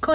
こ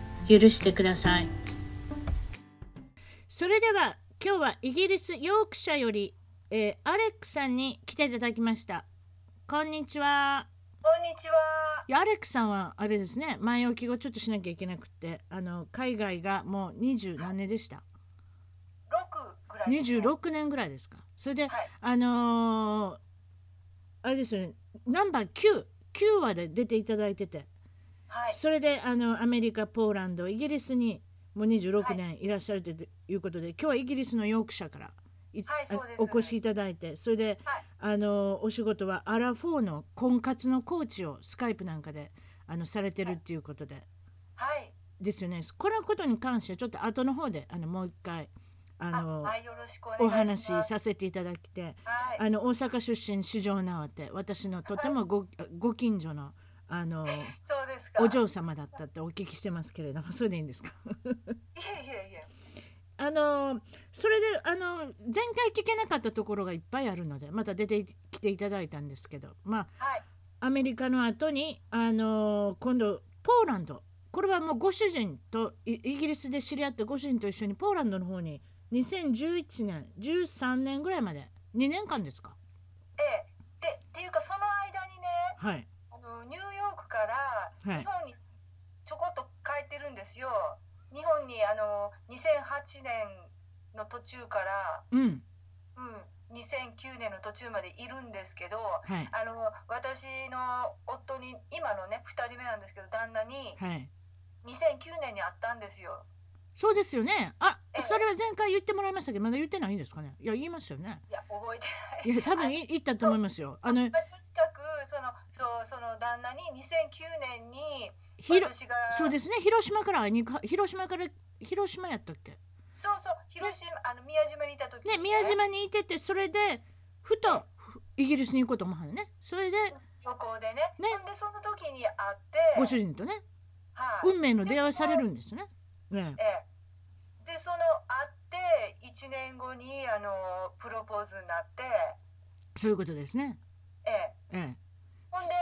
許してくださいそれでは今日はイギリスヨークシャより、えーアレックさんに来ていただきましたこんにちはこんにちは。いやアレックさんはあれですね前置きをちょっとしなきゃいけなくってあの海外がもう二十何年でした六ぐらいですね。 26年ぐらいですかそれで、はいあのーあれですよねナンバー99話で出ていただいててはい。それであのアメリカポーランドイギリスにもう26年いらっしゃるということで、今日はイギリスのヨークシャからいはいそうですあお越しいただいてそれで、はいあのお仕事はアラフォーの婚活のコーチをスカイプなんかであのされてるっていうことで、はい。ですよねこのことに関してはちょっと後の方であのもう一回ああ、のはい、よろしくお願いしおます。話しさせていただきて、はい。あの大阪出身四条直って私のとてもご,、ご近所のあのそうですか。おい嬢様だったってお聞きしてますけれどもそれでいいんですかえいえいえ。 あのそれであの前回聞けなかったところがいっぱいあるのでまた出てきていただいたんですけどまはい。あアメリカの後にあの今度ポーランドこれはもうご主人とイイギリスで知り合ったご主人と一緒にポーランドの方に2011年13年ぐらいまで2年間ですかええ。で、っていうかその間はにね、いあのニューヨークからはい日本にちょこっと帰ってるんですよ。日本にあの2008年の途中から、うんうん、2009年の途中までいるんですけど、はいあの私の夫に今のね2人目なんですけど旦那にはい2009年に会ったんですよ。そうですよねあええそれは前回言ってもらいましたけどまだ言ってないんですかねいや言いますよねいや覚えてないいや多分い行ったと思いますよ。あのまあ、とにかくそのそうその旦那に2009年にひろ私がそうですね広島から会いにか広島から広島やったっけそうそう広島、あの宮島にいた時ね宮島にいててそれでふとふイギリスに行こうと思うはずねそれで旅行でねねほんでその時に会ってご主人とねはい、運命の出会いされるんですね。ねええでその会って1年後にあのプロポーズになって、そういうことですね。ええ、ええ、ほんで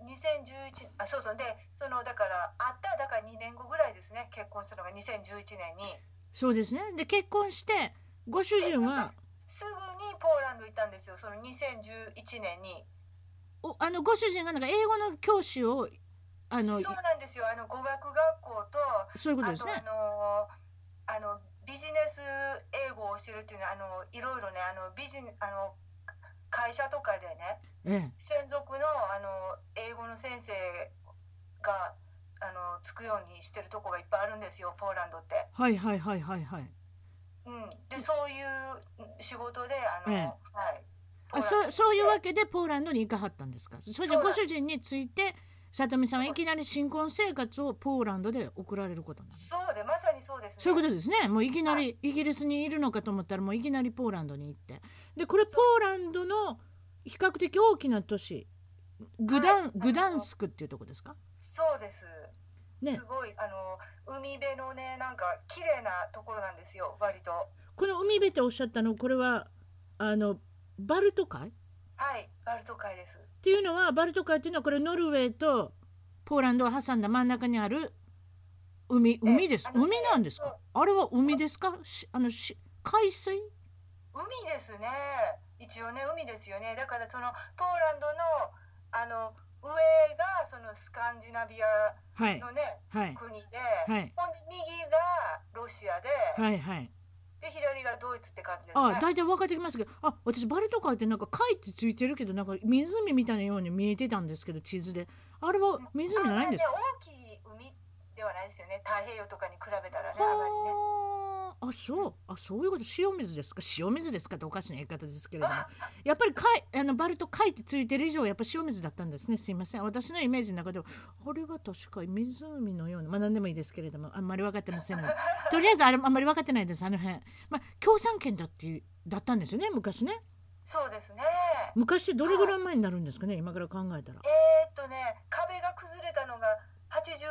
2011あそうそうでそのだから会っただから2年後ぐらいですね結婚したのが2011年にそうですねで結婚してご主人はすぐにポーランド行ったんですよその2011年におあのご主人がなんか英語の教師をあのそうなんですよあの語学学校とそういうことあですとね。あのあのビジネス英語を教えるっていうのはあのいろいろねあのビジネあの会社とかでねええ、専属のあの英語の先生があのつくようにしてるとこがいっぱいあるんですよポーランドって。はいはいはいはいはい。うん、でそういう仕事であの、ええはい。あポーランドそうそういうわけでポーランドに行かはったんですかそれでそうごなん主人についてさとみさんはいそうきなり新婚生活をポーランドで送られることになるそうでまさにそうですね。そういうことですねもういきなりイギリスにいるのかと思ったらもういきなりポーランドに行ってでこれポそうーランドの比較的大きな都市グダン、はいグダンスクっていうとこですかそうです。ねすごいあの海辺のねなんか綺麗なところなんですよ割と。この海辺っておっしゃったのこれはあのバルト海っはいバルト海です。ていうのはバルト海っていうのはこれノルウェーとポーランドを挟んだ真ん中にある海海ですあの海なんですかあれは海ですかしあのし海水海ですね。一応ね海ですよね。だからそのポーランドのあの上がそのスカンジナビアはいのね、はい国で、はいほんで右がロシアで、はいはいで左がドイツって感じですね。あ大体分かってきますけどあ私バルト海ってなんか海ってついてるけどなんか湖みたいなように見えてたんですけど地図であれは湖じゃないんですかあまあね大きい海ではないですよね。太平洋とかに比べたらね、あまりね。はあそうあそういうこと塩水ですか塩水ですかっておかしな言い方ですけれども やっぱりかいあのバルト貝ってついてる以上やっぱ塩水だったんですねすいません私のイメージの中ではあれは確かに湖のようなまあ何でもいいですけれどもあんまり分かってませんので とりあえずあれあんまり分かってないですあの辺まあ共産圏だっていうだったんですよね昔ねそうですね。昔ってどれぐらい前になるんですかね今から考えたらえーっとね、壁が崩れたのが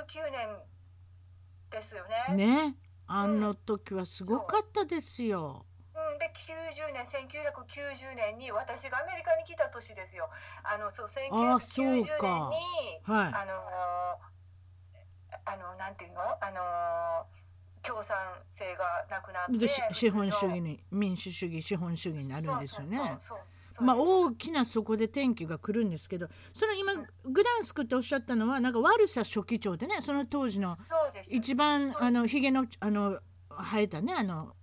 89年ですよね。ねあの時はすごかったですようん、で90年1990年に私がアメリカに来た年ですよ。あのそうあー1990そ年にうかはいあのあのなんていうのあの共産制がなくなってでし資本主義普通のに民主主義資本主義になるんですよねそうそうそうそうまあ、そう大きなそこで転機が来るんですけどその今グダンスクっておっしゃったのはなんか悪さ初期長でねその当時のそうです一番あのひげのあの生えたねあの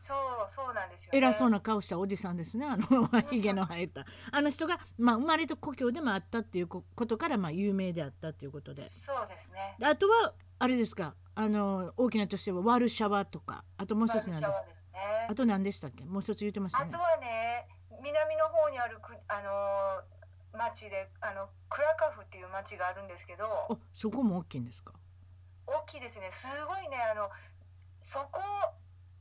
そうそうなんですよ、ね。偉そうな顔したおじさんですねあ のひげの生えたあの人が、まあ、生まれた故郷でもあったっていうこことから、まあ、有名であったっていうことでそうですね。であとはあれですかあの大きなとしてはワルシャワとかあともうバ一ルつなんシだャワですね。あと何でしたっけもう一つ言ってましあたねとはね南の方にあるくあのー町であのクラカフっていう町があるんですけどあそこも大きいんですか大きいですねすごいねあのそこ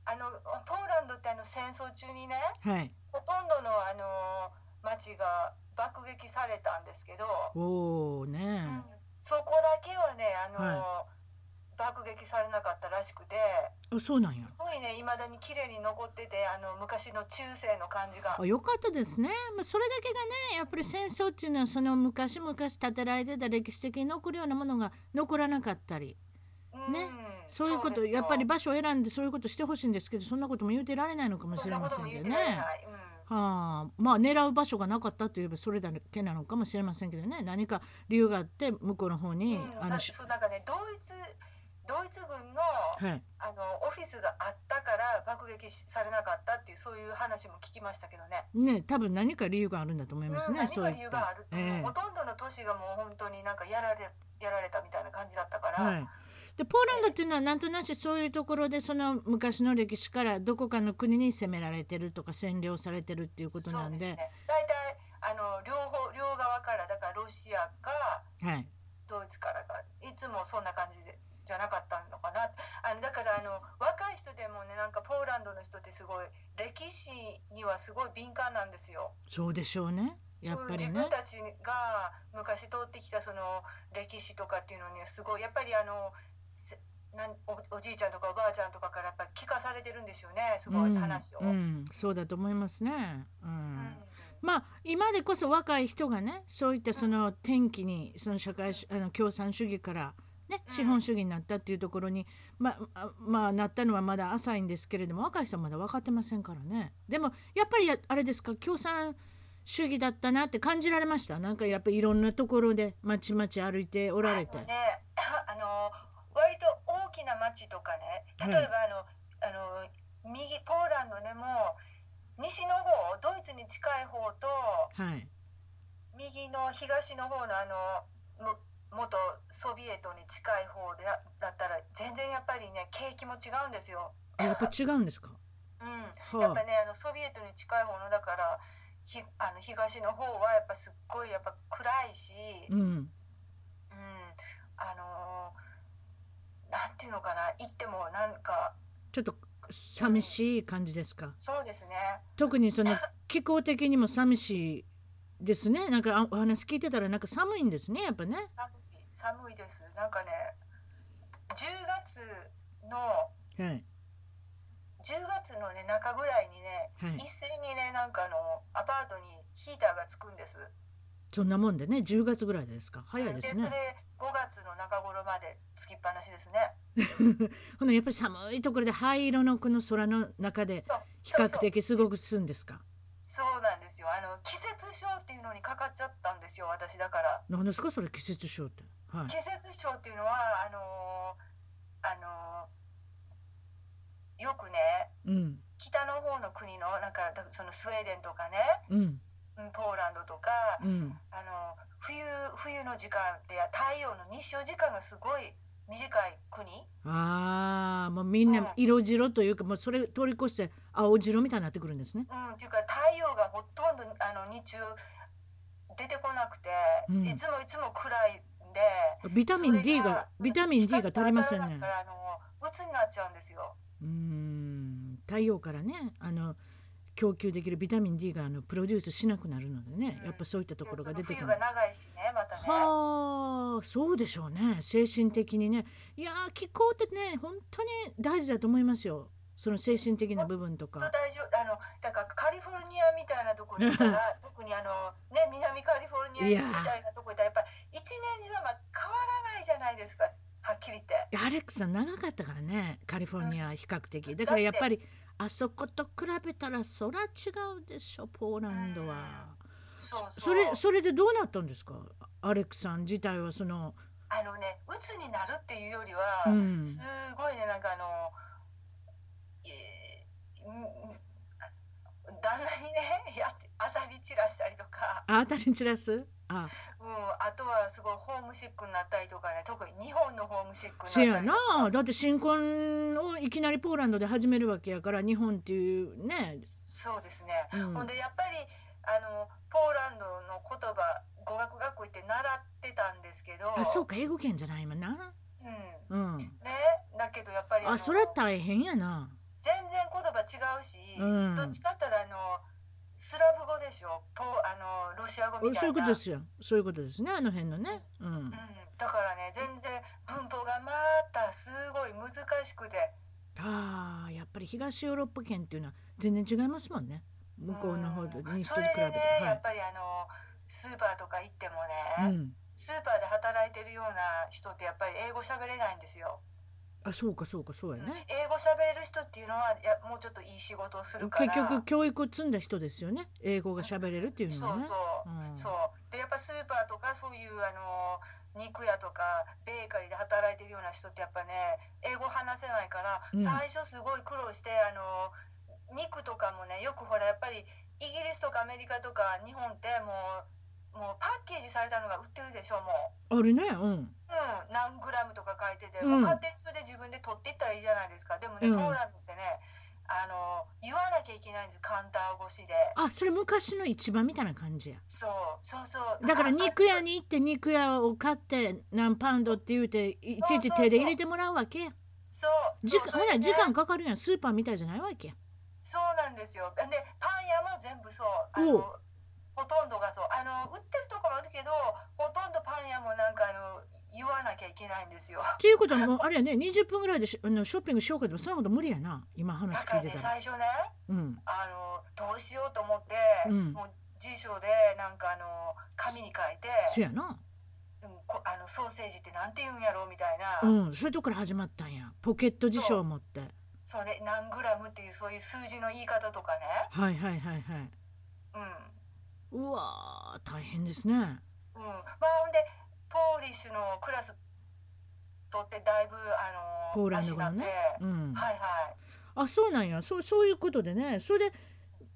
あのポーランドってあの戦争中にねはいほとんどのあのー町が爆撃されたんですけど、おおねうんそこだけはねあのー、爆撃されなかったらしくてあそうなんやすごいねいまだに綺麗に残っててあの昔の中世の感じがあ。よかったですね、まあ、それだけがねやっぱり戦争っていうのはその昔々建てられてた歴史的に残るようなものが残らなかったりうんねそういうことですよやっぱり場所を選んでそういうことしてほしいんですけどそんなことも言うてられないのかもしそれんなこまとせもん言よっねて。られない。うんはあ、まあ狙う場所がなかったといえばそれだけなのかもしれませんけどね何か理由があって向こうの方に、うんあだのしそうなんかねドイツドイツ軍の,、はい、あのオフィスがあったから爆撃しされなかったっていうそういう話も聞きましたけどね。ね多分何か理由があるんだと思いますうん、ね、何そうかいっ理由がたある、。ええほとんどの都市がもう本当になんかやられやられたみたいな感じだったから、はい、でポーランドっていうのはなんとなくそういうところでその昔の歴史からどこかの国に攻められてるとか占領されてるっていうことそなうんでですね。大体あの両方両側からだからロシアかはい、ドイツからかいつもそんな感じで。じゃなかったのかなあのだからあの若い人でもねなんかポーランドの人ってすごい歴史にはすごい敏感なんですよ。そうでしょうねやっぱりうん自ね分。たちが昔通ってきたその歴史とかっていうのにはすごいやっぱりあのせなんおおじいちゃんとかおばあちゃんとかからやっぱ聞かされてるんですよねすごい話を。うんうん、そうだと思いますね。ううんんまあ今でこそ若い人がねそういったその転機にその社会主あの共産主義から、ね、資本主義になったっていうところにまあまあなったのはまだ浅いんですけれども若い人はまだ分かってませんからねでもやっぱりやあれですか共産主義だったなって感じられましたなんかやっぱりいろんなところでまちまち歩いておられてあのね あの割と大きな町とかね例えばあの、あの右ポーランドでも西の方ドイツに近い方とはい右の東の方のあのも元ソビエトに近い方でだだったら全然やっぱりね景気も違うんですよ。あやっぱ違うんですかうん、やっぱねあのソビエトに近い方のだからひあの東の方はやっぱすっごいやっぱ暗いし、うんうんあのーなんていうのかな行ってもなんかちょっと寂しい感じですかそうですね特にその気候的にも寂しいですねなんかあお話聞いてたらなんか寒いんですねやっぱね寒い寒いですなんかね10月のはい10月のね中ぐらいにね、はい一斉にねなんかあのアパートにヒーターがつくんです。そんなもんでね10月ぐらいですか早いでですそれね5月の中頃までつきっぱなしですね。ほなやっぱり寒いところで灰色のこの空の中でそう比較的すごくするんですかそうそうなんですよ。あの季節症っていうのにかかっちゃったんですよ。私だから何ですかそれ季節症ってはい季節症っていうのはあのーあのーよくねうん北の方の国のなんかだそのスウェーデンとかね、うんうんポーランドとか、うんあの冬冬の時間で太陽の日照時間がすごい短い国。ああもうみんうんな色白というかもうそれ通り越して青白みたいになってくるんですね。うん、っていうか太陽がほとんどあの日中出てこなくて、うんいつもいつも暗いんでビタミン D がそれビタミン D が足りませんね光が当たらないからあの鬱になっちゃうんですようーん太陽からねあの供給できるビタミン D があのプロデュースしなくなるのでね、やっぱそういったところが出てくそるの冬が長いしねまたねはあそうでしょうね精神的にねいやー気候ってね本当に大事だと思いますよその精神的な部分と本か当大丈夫あのだからカリフォルニアみたいなところにいた ら特にあのね南カリフォルニアみたいなところにいたらやっぱり一年中はまあ変わらないじゃないですかはっきり言って。アレックスさん長かったからねカリフォルニア比較的だからやっぱりあそこと比べたらそら違うでしょポーランドはそうそうそれそれでどうなったんですかアレックスさん自体はそのあのね、鬱になるっていうよりは、うんすごいね、なんかあの、えーんん旦那にねやって当たり散らしたりとか、あ当たり散らすあうん、あとはすごいホームシックになったりとかね特に日本のホームシックせになやったりなだって新婚をいきなりポーランドで始めるわけやから日本っていうねそうですね、うんほんでやっぱりあのポーランドの言葉語学学校行って習ってたんですけどあそうか英語圏じゃないもんなうん、ねうんだけどやっぱりのあそれ大変やな全然言葉違うし、うんどっちかって言ったらあのスラブ語でしょポあのロシア語みたいなそういうことですよそういうことですねあの辺のねうんうん、だからね全然文法がまたすごい難しくてあーやっぱり東ヨーロッパ圏っていうのは全然違いますもんね向こうの方でうん西そとれ比べでねて、やっぱりあのスーパーとか行ってもはいうね、ん、スーパーで働いてるような人ってやっぱり英語喋れないんですよ、あそうかそうかそうやね英語喋れる人っていうのはいやもうちょっといい仕事をするから結局教育を積んだ人ですよね英語が喋れるっていうのそはうねそう、うんそうでやっぱスーパーとかそういうあの肉屋とかベーカリーで働いてるような人ってやっぱね英語話せないから、うん最初すごい苦労してあの肉とかもねよくほらやっぱりイギリスとかアメリカとか日本ってもうもうパッケージされたのが売ってるでしょもう。あるねうんうん、何グラムとか書いてて、うんもう勝手にそれで自分で取っていったらいいじゃないですかでもね、うんポーランドってねあの言わなきゃいけないんですカウンター越しであそれ昔の市場みたいな感じやそうそうそうだからあ肉屋に行って肉屋を買って何パウンドって言うていそちいうち手で入れてもらうわけやそう時そう間そほれなでね時間かかるやんスーパーみたいじゃないわけやそうなんですよでパン屋も全部そうあおのうほとんどがそうあの売ってるとこもあるけどほとんどパン屋もなんかあの言わなきゃいけないんですよっていうことはもうあれやね20分ぐらいでしあのショッピングしようかでもそんなこと無理やな今だ話か聞らいねてたら最初ねうんあのどうしようと思って、うんもう辞書でなんかあの紙に書いて、そやなうん、こあのソーセージってなんて言うんやろみたいな、うんそういうとこから始まったんやポケット辞書を持ってそうね何グラムっていうそういう数字の言い方とかねはいはいはいはいうんうわー大変ですねうん、まあほんでポーリッシュのクラス取ってだいぶあのポーランド語のね足なんでうんはいはいあそうなんやそうそういうことでねそれで日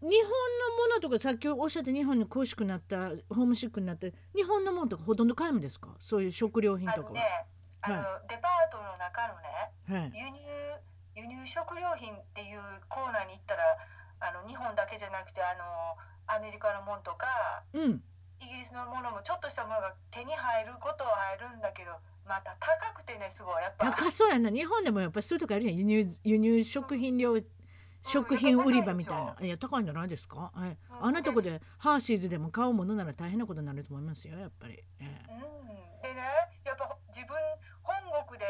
本のものとかさっきおっしゃって日本に恋しくなったホームシックになって日本のものとかほとんど買うんですかそういう食料品あとかのねあの、デパートの中のは、ねはい、輸入輸入食料品っていうコーナーに行ったらあの日本だけじゃなくてあのアメリカのものとかうんイギリスのものもちょっとしたものが手に入ることは入るんだけどまた高くてねすごいやっぱ高そうやな日本でもやっぱりそういうとこあるやん輸入輸入食品料食品売り場みたいな、いや高いんじゃないですか、えうんあんなとこでハーシーズでも買うものなら大変なことになると思いますよやっぱり、ええうんでねやっぱ自分本国で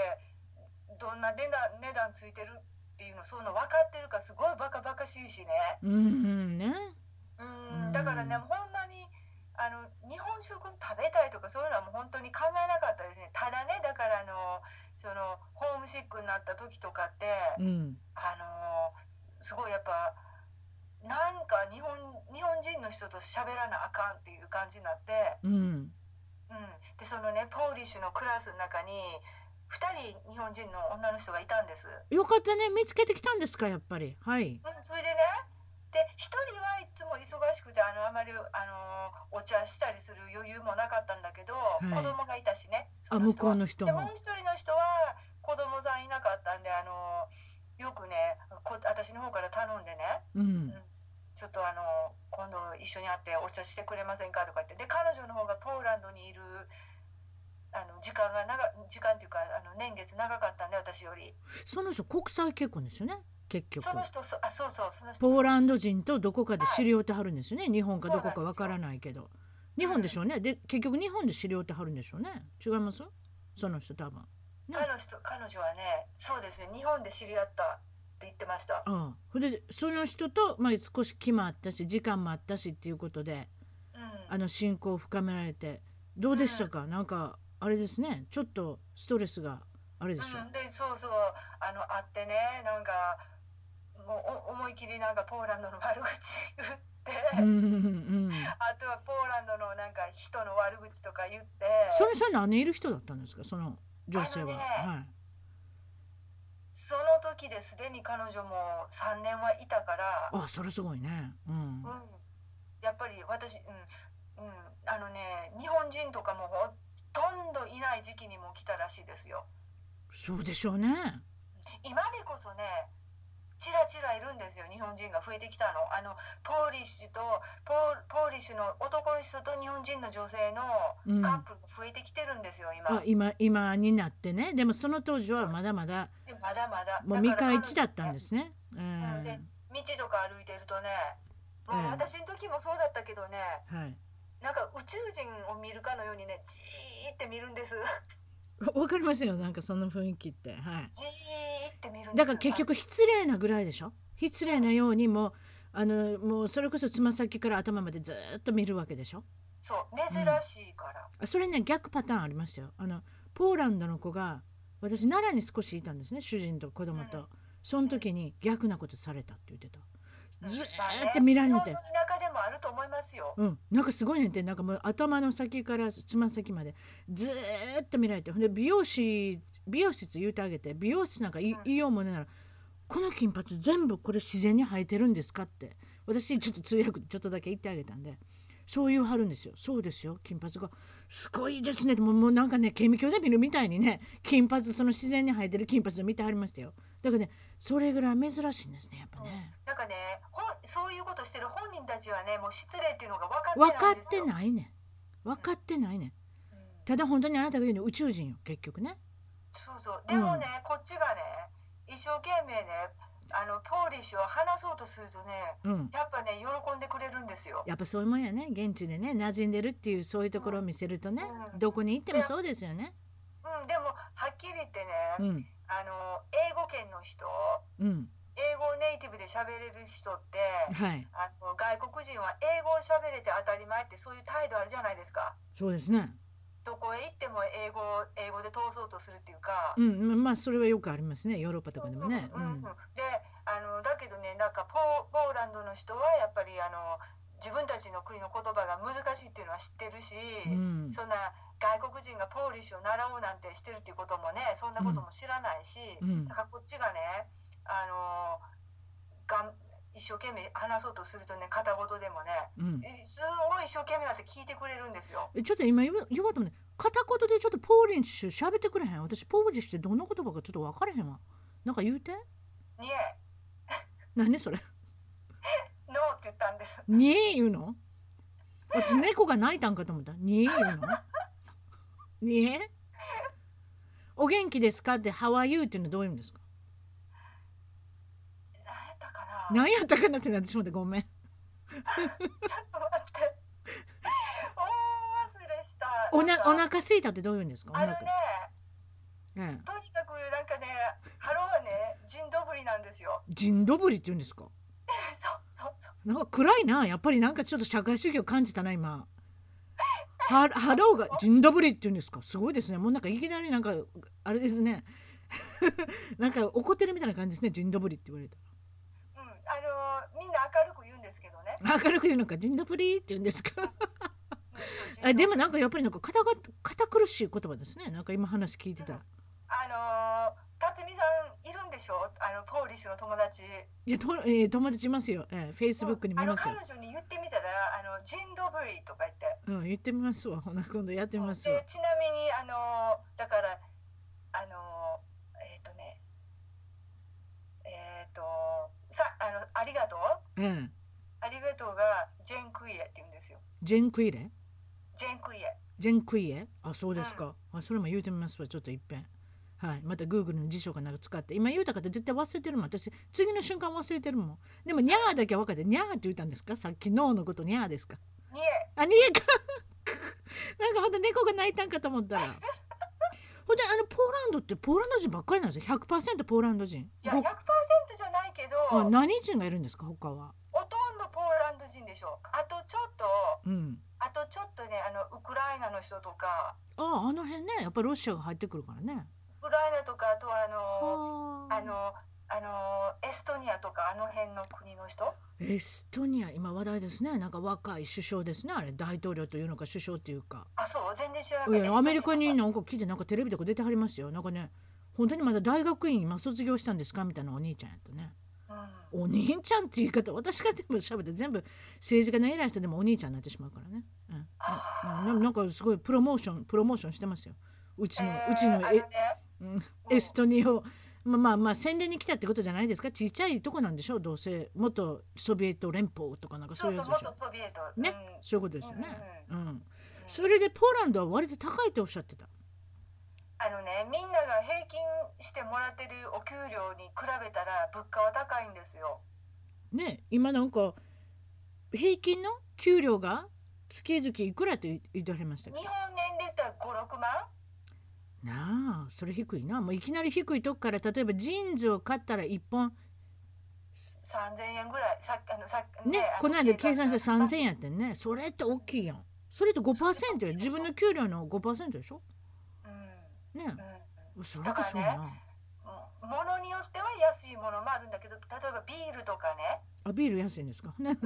どんな値段値段ついてるっていうのそういうの分かってるからすごいバカバカしいしね、うんうんねうんうんだからねほんまにあの日本食食べたいとかそういうのはもう本当に考えなかったですねただねだからあのそのホームシックになった時とかって、うんあのすごいやっぱなんか日本日本人の人と喋らなあかんっていう感じになって。うんうん、でそのねポーリッシュのクラスの中に2人日本人の女の人がいたんです、うよかったね見つけてきたんですかやっぱりはいん、それでねで1人はいつも忙しくてあのあまり、あのお茶したりする余裕もなかったんだけど、い子供がいたしねあの人向こはうの人もでもう1人の人は子供さんいなかったんでであのよくねこ私の方から頼んでねうんちょっとあの今度一緒に会ってお茶してくれませんかとか言ってで彼女の方がポーランドにいるあの時間が長時間っていうかあの年月長かったんで私よりその人国際結婚ですよね結局その人そあそうそうその人ポーランドド人とどこかで知り合ってはるんですよね日本かどこかわからないけど日本でしょうねで結局日本で知り合ってはるんでしょうね違いますその人多分彼女と彼女はねそうですね日本で知り合ったって言ってましたああそれでその人と、まあ、少し気もあったし時間もあったしっていうことでうんあの親交を深められてどうでしたか、なんかあれですねちょっとストレスがあれでしょうん、でそうそうあの会ってねなんかもうお思い切りなんかポーランドの悪口言って、う、うんうん うん、あとはポーランドのなんか人の悪口とか言ってその人は何いる人だったんですかその女性は、あのねはいその時ですでに彼女も3年はいたから、あそれすごいねうんうん、やっぱり私、うんうん、あのね日本人とかもほとんどいない時期にも来たらしいですよそうでしょうね今でこそねちらちらいるんですよ日本人が増えてきたのあのポーリッシュとポーポーリッシュの男の人と日本人の女性のうんカップルが増えてきてるんですよ、今あ今今になってねでもその当時はまだまだでまだまだもう未開地だったんですね、えうんで道とか歩いてるとねもう私の時もそうだったけどね、えはいなんか宇宙人を見るかのようにねじーって見るんですわかりますよなんかその雰囲気ってはいじーって見るんですだから結局失礼なぐらいでしょ失礼なようにもうあのもうそれこそつま先から頭までずーっと見るわけでしょそう珍しいから、あそれね逆パターンありましたよあのポーランドの子が私奈良に少しいたんですね主人と子供と、うんその時に逆なことされたって言ってたうんずまあねーって見られて日本の田舎でもあると思いますよ、うん、なんかすごいねってなんかもう頭の先からつま先までずーっと見られてほんで美容師美容室言うてあげて美容室なんかい,、いようものなら「この金髪全部これ自然に生えてるんですか?」って私ちょっと通訳ちょっとだけ言ってあげたんでそう言うはるんですよ「そうですよ金髪がすごいですね」もうもうなんかね顕微鏡で見るみたいにね金髪その自然に生えてる金髪を見てはりましたよだからねそれぐらい珍しいんですねやっぱね。なんかねほんそういうことしてる本人たちはねもう失礼っていうのが分かって分かないんですってよないねん分かってないねんただ本当にあなたが言うの宇宙人よ結局ねそうそうでもね、こっちがね一生懸命ねあのポーリッシュを話そうとするとね、うんやっぱね喜んでくれるんですよやっぱそういうもんやね現地でね馴染んでるっていうそういうところを見せるとねうんどこに行ってもそうですよねうん、でもはっきり言ってね、うんあの英語圏の人うん英語をネイティブで喋れる 人ってはいあの外国人は英語を喋れて当たり前ってそういう態度あるじゃないですかそうですねどこへ行っても英語を英語で通そうとするっていうか、うんままあそれはよくありますねヨーロッパとかでもねううんうんんであのだけどねなんかポーポーランドの人はやっぱりあの自分たちの国の言葉が難しいっていうのは知ってるし、うんそんな外国人がポーリッシュを習おうなんてしてるっていうこともねそんなことも知らないし、うんだからこっちがねあのがん一生懸命話そうとするとね片言でもうねんえすごい一生懸命だって聞いてくれるんですよ。えちょっと今言わ言おうと思って片言でちょっとポーリンシュ喋ってくれへん私ポーリッシュってどんな言葉かちょっと分からへんわなんか言うてにえ何それノーって言ったんです。にえ言うの私猫が泣いたんかと思ったにえ言うのにえお元気ですかって「How are you?」っていうのはどういう意味ですか何やったかな何やったかなってなってしまってごめんちょっと待って。 大忘れした。おなおなんか腹すいたってどういうんですかおあの腹ね、ええとにかくなんかね、ハローはね、人どぶりなんですよ。 人どぶりって言うんですかそうそうそう。なんか暗いなやっぱりなんかちょっと社会主義を感じたな今ハハローが人どぶりって言うんですかすごいですねもうなんかいきなりなんかあれですね なんか怒ってるみたいな感じですね人どぶりって言われたらうん、あのみんな明るく言うんですけどね。明るく言うのか「ジンダプリー」って言うんですかあでもなんかやっぱりなんか堅が堅苦しい言葉ですねなんか今話聞いてたらあの辰巳さんいるんでしょ？あのポーリッシュの友達。いやと、 えー友達いますよ、えー、フェイスブックに見あのますよ彼、女に言ってみたら、あの人どぶりとか言って。うん、言ってみますわほな今度やってみますわでちなみにあのだからあのえっ、とねりがとううん、ありがとうがジェンクイエって言うんですよジェンクイレジェンクイエジェンクイエあそうですか、あそれも言うてみますわちょっといっぺんはいまた Google の辞書かなんか使って今言うた方絶対忘れてるもん私次の瞬間忘れてるもんでもニャーだけは分かってニャーって言ったんですかさっき脳のことニャーですかニエあ、逃げか。なんかまた猫が泣いたんかと思ったら。 ほんで、あのポーランドってポーランド人ばっかりなんですよ。100%ポーランド人。いや100%じゃないけごあどほとんど何人がいるんですか、他は。ポーランド人でしょあとちょっとうん。あとちょっとねあのウクライナの人とかああ、あの辺ね、やっぱりロシアが入ってくるからね。ウクライナとかあとはあのああのあのエストニアとかあの辺の国の人エストニア、今話題ですね。なんか若い首相ですね。あれ、大統領というのか、首相というか。あそう全然知らないかったや、アメリカにエストニアとかなんか来て、なんかテレビとか出てはりましたよ。なんかね、本当にまだ大学院今卒業したんですかみたいなお兄ちゃんやったね。うんお兄ちゃんっていう言い方私が全部喋って全部政治家の偉い人でもお兄ちゃんになってしまうからね、うんなななんかすごいプロモーションプロモーションしてますようちの、えーうちのあえのねエストニアをまあまあまあ宣伝に来たってことじゃないですかちっちゃいとこなんでしょうどうせ元ソビエト連邦とかなんかそそうういうそやつうでし元ソビエトょね、うんそういうことですよね、うんそれでポーランドは割と高いっておっしゃってたあのねみんなが平均してもらってるお給料に比べたら物価は高いんですよね今なんか平均の給料が月々いくらって言ってはりましたっけ日本円で言ったら56万なあそれ低いなもういきなり低いとこから例えばジーンズを買ったら1本3000円ぐらいさあのさねあこの間計算して3,000円円やってんねそれって大きいやんそれって5%よ自分の給料の5%でしょねそれってそうやだかなものによっては安いものもあるんだけど例えばビールとかね、あビール安いんですかねうん、ビール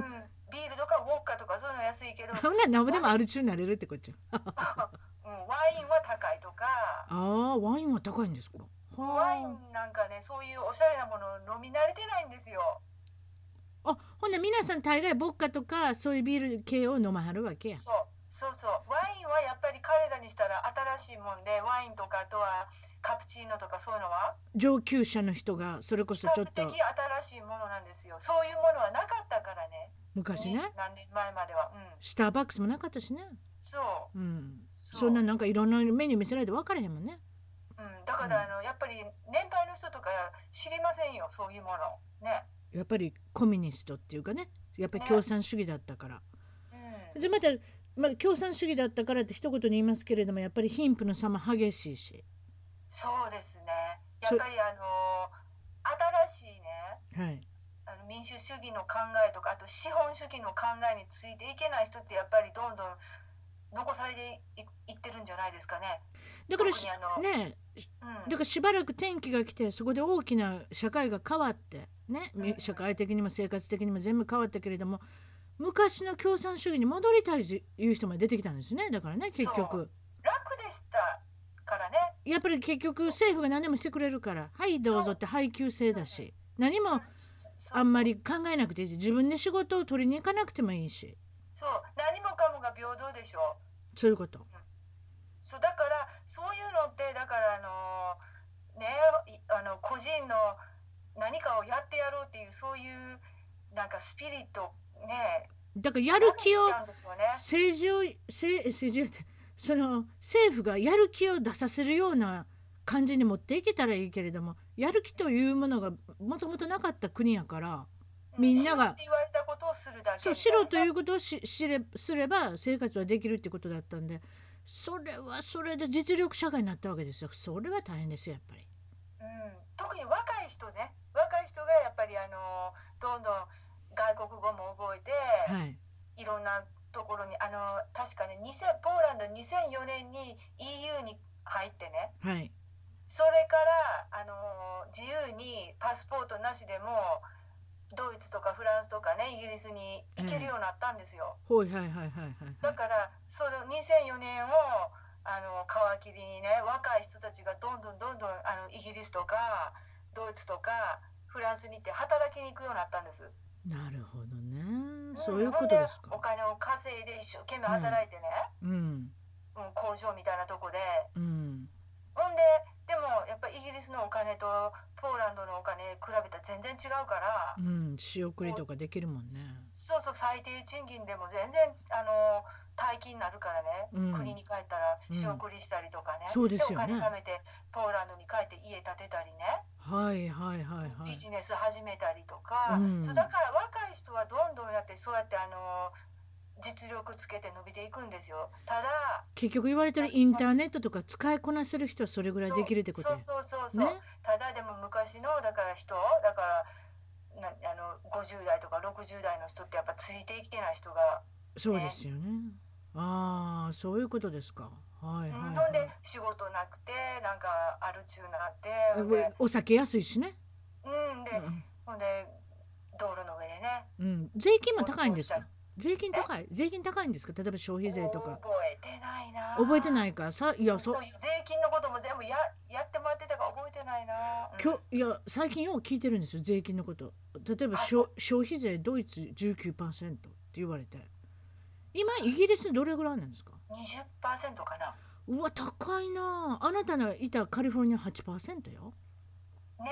とかウォッカとかそういうの安いけど、 うん、そんな何ぼでもアル中になれるってこっちゃワインは高いとかああワインは高いんですかワイはンなんかねそういうおしゃれなもの飲み慣れてないんですよああほんなら皆さん大概ボッカとかそういうビール系を飲まはるわけやそうそうそうワインはやっぱり彼らにしたら新しいもんでワインとかあとはカプチーノとかそういうのは上級者の人がそれこ比そちょ較っ的と新しいものなんですよそういうものはなかったからね昔ね20何年前まではうんスターバックスもなかったしねそう、うんそうそんななんかいろんなメニュー見せられて分からへんもんね。うん、だからあの、やっぱり年配の人とか知りませんよそういうものねやっぱりコミュニストっていうかねやっぱり共産主義だったから。うんでまた、まあ、共産主義だったからって一言に言いますけれどもやっぱり貧富の差も激しいし、そうですねやそっぱりあの新しいねはい、あの民主主義の考えとかあと資本主義の考えについていけない人ってやっぱりどんどん残されていいってるんじゃないですかね。だから特しにあのねうんだからしばらく転機が来てそこで大きな社会が変わって、ね、み社会的にも生活的にも全部変わったけれども昔の共産主義に戻りたいという人も出てきたんですねだからね結局。そう楽でしたからねやっぱり結局政府が何でもしてくれるから「はいどうぞ」って配給制だし何もそうあんまり考えなくていいし自分で仕事を取りに行かなくてもいいしそう何もかもが平等でしょそういうことそうだからそういうのってだからあのねいあの個人の何かをやってやろうっていうそういうなんかスピリットねだからやる気をダメにしちゃうんですよ政治をねせ政治やってその政府がやる気を出させるような感じに持っていけたらいいけれどもやる気というものがもともとなかった国やからみんなしろっがて言われたことをするだけそうみたい白なということをし知れすれば生活はできるってことだったんでそれはそれで実力社会になったわけですよそれは大変ですよやっぱりうん特に若い人ね若い人がやっぱりあのどんどん外国語も覚えて、はいい、ろんなところにあの確かね2000ポーランド2004年に EU に入ってねはいそれからあの自由にパスポートなしでもドイツとかフランスとかねイギリスに行けるようになったんですよ、ほいはいはいはいはいだからその2004年をあの皮切りにね若い人たちがどんどんどんどんあのイギリスとかドイツとかフランスに行って働きに行くようになったんです。なるほどねんそういうことですほんでおか金を稼いで一生懸命働いてね、うんうん工場みたいなとこでうんほんででもやっぱりイギリスのお金とポーランドのお金比べたら全然違うから、うん、仕送りとかできるもんね。そうそう最低賃金でも全然あの大金になるからうね、ん国に帰ったら仕送りしたりとかね、そうですよねお金貯めてポーランドに帰って家建てたりね、はいはいはいはい。ビジネス始めたりとか、うんそうだから若い人はどんどんやってそうやってあの実力つけて伸びていくんですよただ結局言われてるインターネットとか使いこなせる人はそれぐらいできるってことそやうそうそうそう、ねただでも昔のだから人だからなあの50代とか60代の人ってやっぱついていけない人が、そうですよね。ああ、そういうことですか。はいはい、ほんはで仕事なくてなんかある中になってほんでい。おお酒安いしね。うんで、んほんで道路の上でねうん、税金も高いんですおおっしか。税金高い、税金高いんですか。例えば消費税とか。覚えてないな覚えていないか、さ、いや、そそういう税金のことも全部ややってもらってたから覚えてないな、うんきょいや最近よう聞いてるんですよ税金のこと例えばしょ消費税ドイツ19%って言われて今イギリスどれぐらいなんですか20%かなうわ高いなああなたのいたカリフォルニア8%よ、ね、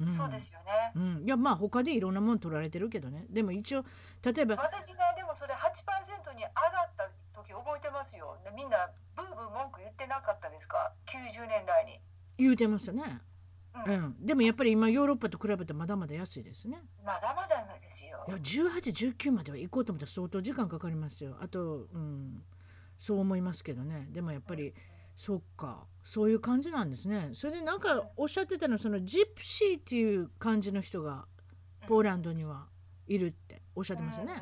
うん、そうですよね、うん、いやまあ他でいろんなもん取られてるけどねでも一応例え ば私ねでもそれ8%に上がった時覚えてますよでみんなブーブー文句言ってなかったですか90年代に言うてますよね、ううんでもやっぱり今ヨーロッパと比べてまだまだ安いですねまだまだなんですよいや1819までは行こうと思ったら相当時間かかりますよあと、うん、そう思いますけどねでもやっぱりそっかそういう感じなんですねそれでなんかおっしゃってたのそのジプシーっていう感じの人がポーランドにはいるっておっしゃってましたね。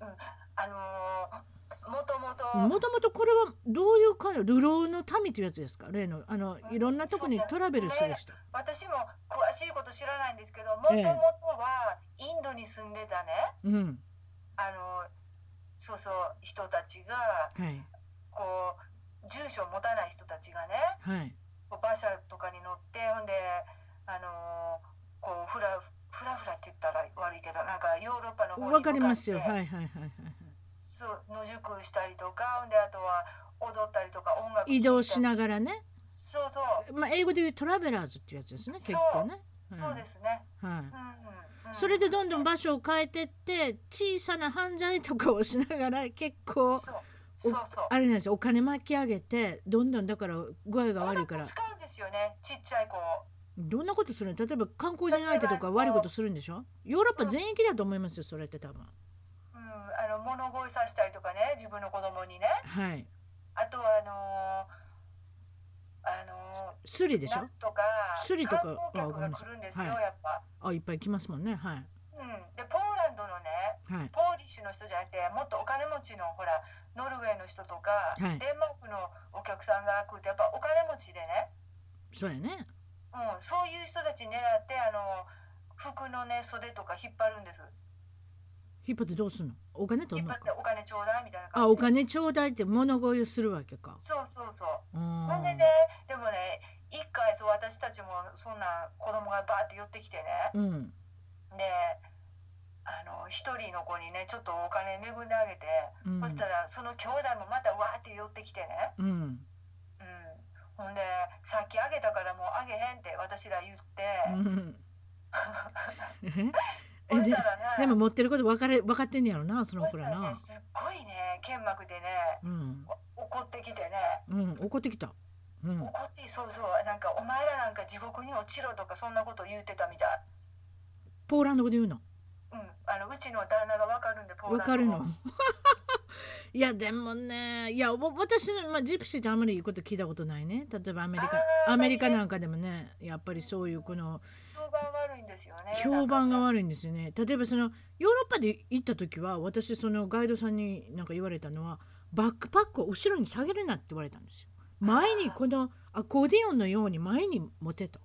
うんうんうんあのー、もともともともとこれはどういう感じ流浪の民というやつですか例のあのいろんなとこにトラベルする人ね。私も詳しいこと知らないんですけどもともとはインドに住んでたねうんあのーそうそう人たちがはいこう住所を持たない人たちがねはいこう馬車とかに乗ってほんであのーこうフラフラフラって言ったら悪いけどなんかヨーロッパの方にわかりますよ向はいかはいはっていはいはいそう野宿したりとかほんであとは踊ったりとか音楽移動しながららねそうそう、まあ英語で言うトラベラーズっていうやつですね結構ね。そうですね、はいうんうんうん、それでどんどん場所を変えてって小さな犯罪とかをしながら結構そうそうそうあれなんですよお金巻き上げてどんどんだから具合が悪いから使うんですよねちっちゃい子をどんなことするの例えば観光じゃないと例えばかあの悪いことするんでしょヨーロッパ全域だと思いますよそれって多分うん、あの物乞いさせたりとかね自分の子供にねはいあとはあのー、あのースリでしょ夏とかスリとか観光客が来るんですよ、あごめんなさいはいやっぱ、あいっぱい来ますもんねはいうん、でポーランドのねはいポーリッシュの人じゃなくてもっとお金持ちのほらノルウェーの人とか、はいデンマークのお客さんが来るとやっぱお金持ちでね、そうやねうん、そういう人たち狙ってあの服のね袖とか引っ張るんです引っ張ってどうすんのお金取引んっの張っかてお金ちょうだいみたいなあお感じで金ちょうだいって物乞いをするわけかそうそうそううーんほんでねでもね一回そう私たちもそんな子供がバーって寄ってきてね、うんであの一人の子にねちょっとお金恵んであげて、うんそしたらその兄弟もまたわーって寄ってきてね、うんうん、ほんで「さっきあげたからもうあげへん」って私ら言って、うん そしでたらでねも持ってること分かれ分かってんねやろなそのそ子しらたらなね。すっごいね剣幕でねうん、お怒ってきてねうん、怒ってきた。うん、怒ってそうそうなんか「お前らなんか地獄に落ちろ」とかそんなこと言ってたみたい。ポーランド語で言うの。うん、あのうちの旦那がわかるんでポー分ランドかるの語。いやでもねいやわ私の、まあ、ジプシーってあんまりいいこと聞いたことないね例えばアメリあカーアメリカなんかでもねやっぱりそういうこの評判悪いんですよね評判がなんか悪いんですよね例えばそのヨーロッパで行った時は私そのガイドさんになんか言われたのはバックパックを後ろに下げるなって言われたんですよ前にこのアコーディオンのように前に持てと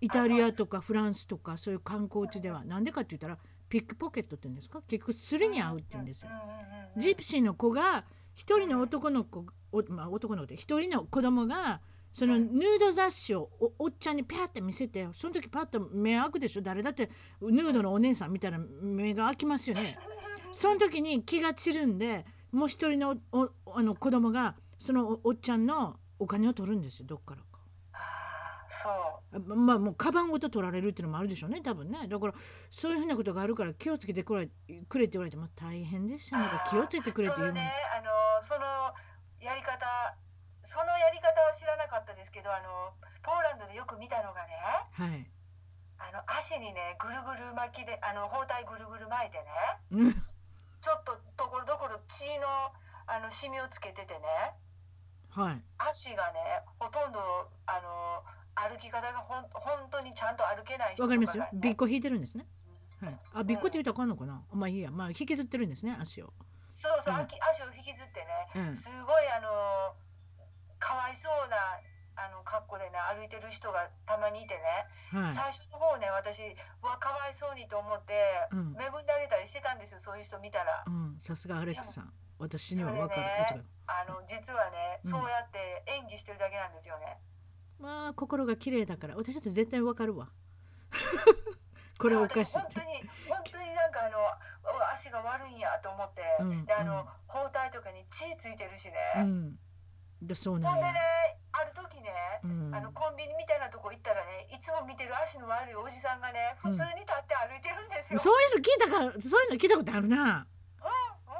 イタリアとかフランスとかそういう観光地ではなんでかって言ったらピックポケットって言うんですか結局すりに合うって言うんですようんうんうんジプシーの子が一人の男の子お、まあ、男の子で一人の子供がそのヌード雑誌をおおっちゃんにパッて見せてその時パッと目開くでしょ誰だってヌードのお姉さん見たら目が開きますよね。その時に気が散るんでもう一人のおおあの子供がそのおおっちゃんのお金を取るんですよどっからか。あそうあまあもうカバンごと取られるっていうのもあるでしょうね多分ねだからそういうふうなことがあるから気をつけてくれくれって言われても大変でしたねだから気をつけてくれってそ言うものんねあのそのやり方そのやり方は知らなかったですけどあのポーランドでよく見たのがねはいあの足にねぐるぐる巻きであの包帯ぐるぐる巻いてねうんちょっとところどころ血のあのシミをつけててねはい足がねほとんどあの歩き方がほん本当にちゃんと歩けない人とわかかりがますよねビッコ引いてるんですねはいあビッコって言うとあかんのかなまあいいやまあ引きずってるんですね足をそうそう、うんあき足を引きずってね、うんすごいあのかわいそうなあの格好でね歩いてる人がたまにいてね、はい最初の方ね私うわかわいそうにと思って、うん恵んであげたりしてたんですよそういう人見たら。うんさすがアレックスさん私にそはれわねかるこっちがあの実はね、うんそうやって演技してるだけなんですよね。まあ心が綺麗だから私たち絶対わかるわ これおかしいいやって私本当に本当になんかあのうわ足が悪いんやと思って、うんであうんの包帯とかに血ついてるしね。うんでそうなほのんでよねある時ね、うんあのコンビニみたいなとこ行ったらねいつも見てる足の悪いおじさんがね普通に立って歩いてるんですよ。そういうの聞いたかそういうの聞いたことあるな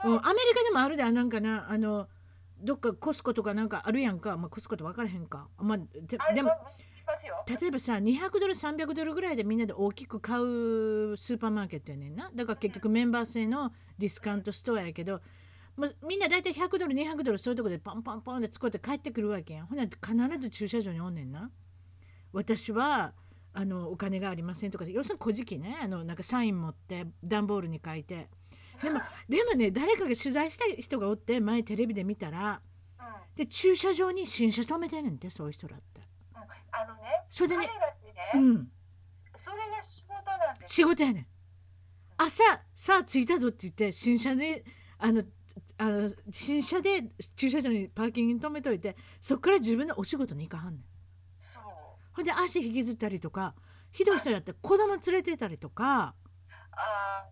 うん、アうんメリカでもあるでなんかなあのどっかコスコとかなんかあるやんか、まあ、コスコと分からへんか、まあ、てあれでももしますよ。例えばさ200ドル300ドルぐらいでみんなで大きく買うスーパーマーケットやねんなだから結局メンバー制のディスカウントストアやけど、まあ、みんな大体100ドル200ドルそういうとこでパンパンパンで使って帰ってくるわけやんほな必ず駐車場におんねんな私はあのお金がありませんとか要するに小じきねあのなんかサイン持って段ボールに書いてでもでもね誰かが取材した人がおって前テレビで見たらうんうんで駐車場に新車止めてんねんってそういう人だって。あのねそれで彼ねらってうね、んそれが仕事なんです。仕事やねん朝さあ着いたぞって言って新車であのあの新車で駐車場にパーキングに止めといてそこから自分のお仕事に行かはんねんそうほんで足引きずったりとかひどい人だって子供連れてたりとかあ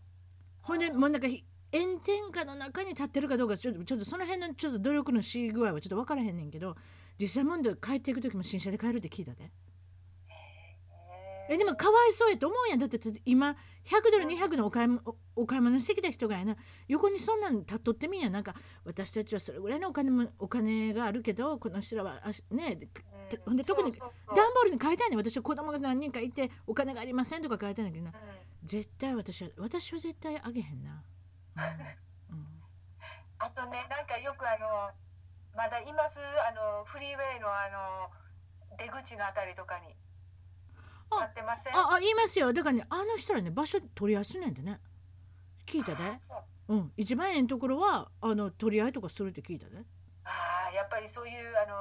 ほんでもうなんかひ炎天下の中に立ってるかどうかちょっとちょっとその辺のちょっと努力のし具合はちょっと分からへんねんけど実際問題帰っていく時も新車で帰るって聞いたで。えでもかわいそうやと思うやんだって今100ドル200のお買い物おお買い物してきた人がやな横にそんなん立っとってみんやなんか私たちはそれぐらいのお金もお金があるけどこの人らはあしねうんほんで特にそうそうそ段うボールに書いてあるねん私は子供が何人かいてお金がありませんとか書いてあるんだけどなー、うん、絶対私は私は絶対あげへんな、あとねなんかよくあのまだいますあのフリーウェイのあの出口のあたりとかにあ立ってません。ああ言いますよだからねあの人らね場所取りやすいねんでね聞いたで、そううん、一番ええんところはあの取り合いとかするって聞いたでああやっぱりそういうあの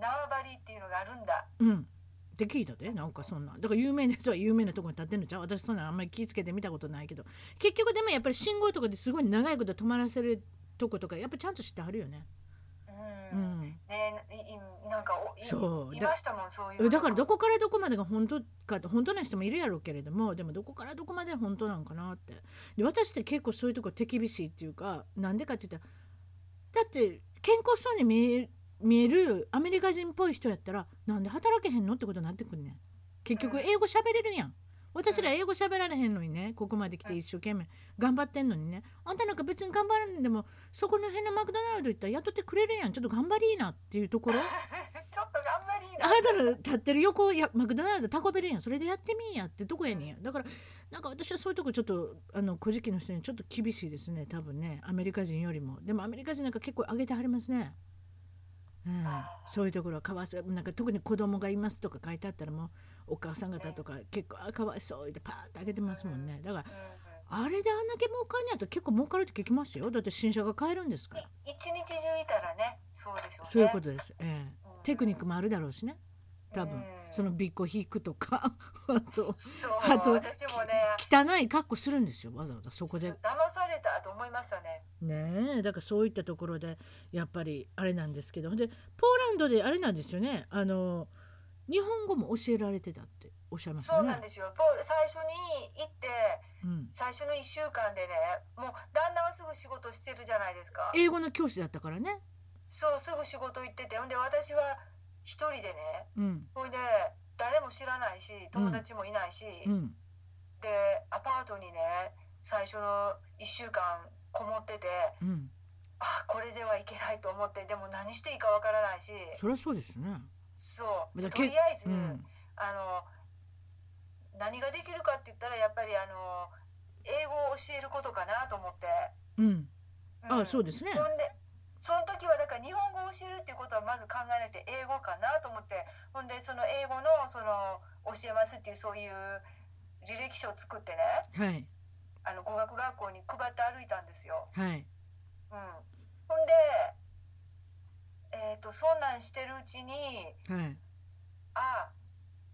縄張りっていうのがあるんだ。うん。って聞いたでなんかそんなだから有名な人は有名なとこに立ってんのちゃう私そんなんあんまり気ぃつけて見たことないけど結局でもやっぱり信号とかですごい長いこと止まらせるとことかやっぱちゃんと知ってはるよね、う。うんん、ねいいなんかおいそういだましたもんそういうのだからどこからどこまでが本当かって本当な人もいるやろうけれどもでもどこからどこまで本当なんかなってで私って結構そういうとこ手厳しいっていうかなんでかって言ったらだって健康そうに見える見えるアメリカ人っぽい人やったらなんで働けへんのってことになってくんねん結局英語喋れるやん私ら英語喋られへんのにねここまで来て一生懸命頑張ってんのにねあんたなんか別に頑張らんでもそこの辺のマクドナルド行ったら雇ってくれるやんちょっと頑張りいいなっていうところ ちょっと頑張りあなたの立ってる横いやマクドナルドタコベルやんそれでやってみんやってとこやねんやだからなんか私はそういうとこちょっとあの小じきの人にちょっと厳しいですね多分ねアメリカ人よりもでもアメリカ人なんか結構上げてはりますね、うん、そういうところはかわいそうなんか特に子供がいますとか書いてあったらもうお母さん方とか結構あかわいそうってパーって上げてますもんねだからあれであんだけ儲かんねやったら結構儲かるって聞きますよだって新車が買えるんですからい一日中いたらねそうでしょうね。そういうことです。ええテクニックもあるだろうしね。多分、うんそのビッコ引くと か、あと、そうあと私もね汚い格好するんですよ。わざわざそこで騙。されたと思いましたね。ねえ、だからそういったところで、やっぱりあれなんですけど、で、ポーランドであれなんですよね。あの、日本語も教えられてたっておっしゃいましそたうねなん。ですよ。ポ最初に行ってうん、最初の1週間でねもう旦那はすぐ仕事してるじゃないですか英語の教師だったからね。そうすぐ仕事行っててほんで私は一人でねうんほいで誰も知らないし友達もいないし、うんでアパートにね最初の1週間こもっててうんあこれではいけないと思ってでも何していいかわからないしそりゃそうですねそうだとりあえず、うんあの何ができるかって言ったらやっぱりあの英語を教えることかなと思って、うんうんあそうですねほんでその時はだから日本語を教えるっていうことはまず考えなくて英語かなと思ってほんでその英語のその教えますっていうそういう履歴書を作ってねはいあの語学学校に配って歩いたんですよ。はいうん、ほんで、えー、とそんなんしてるうちにはい「あ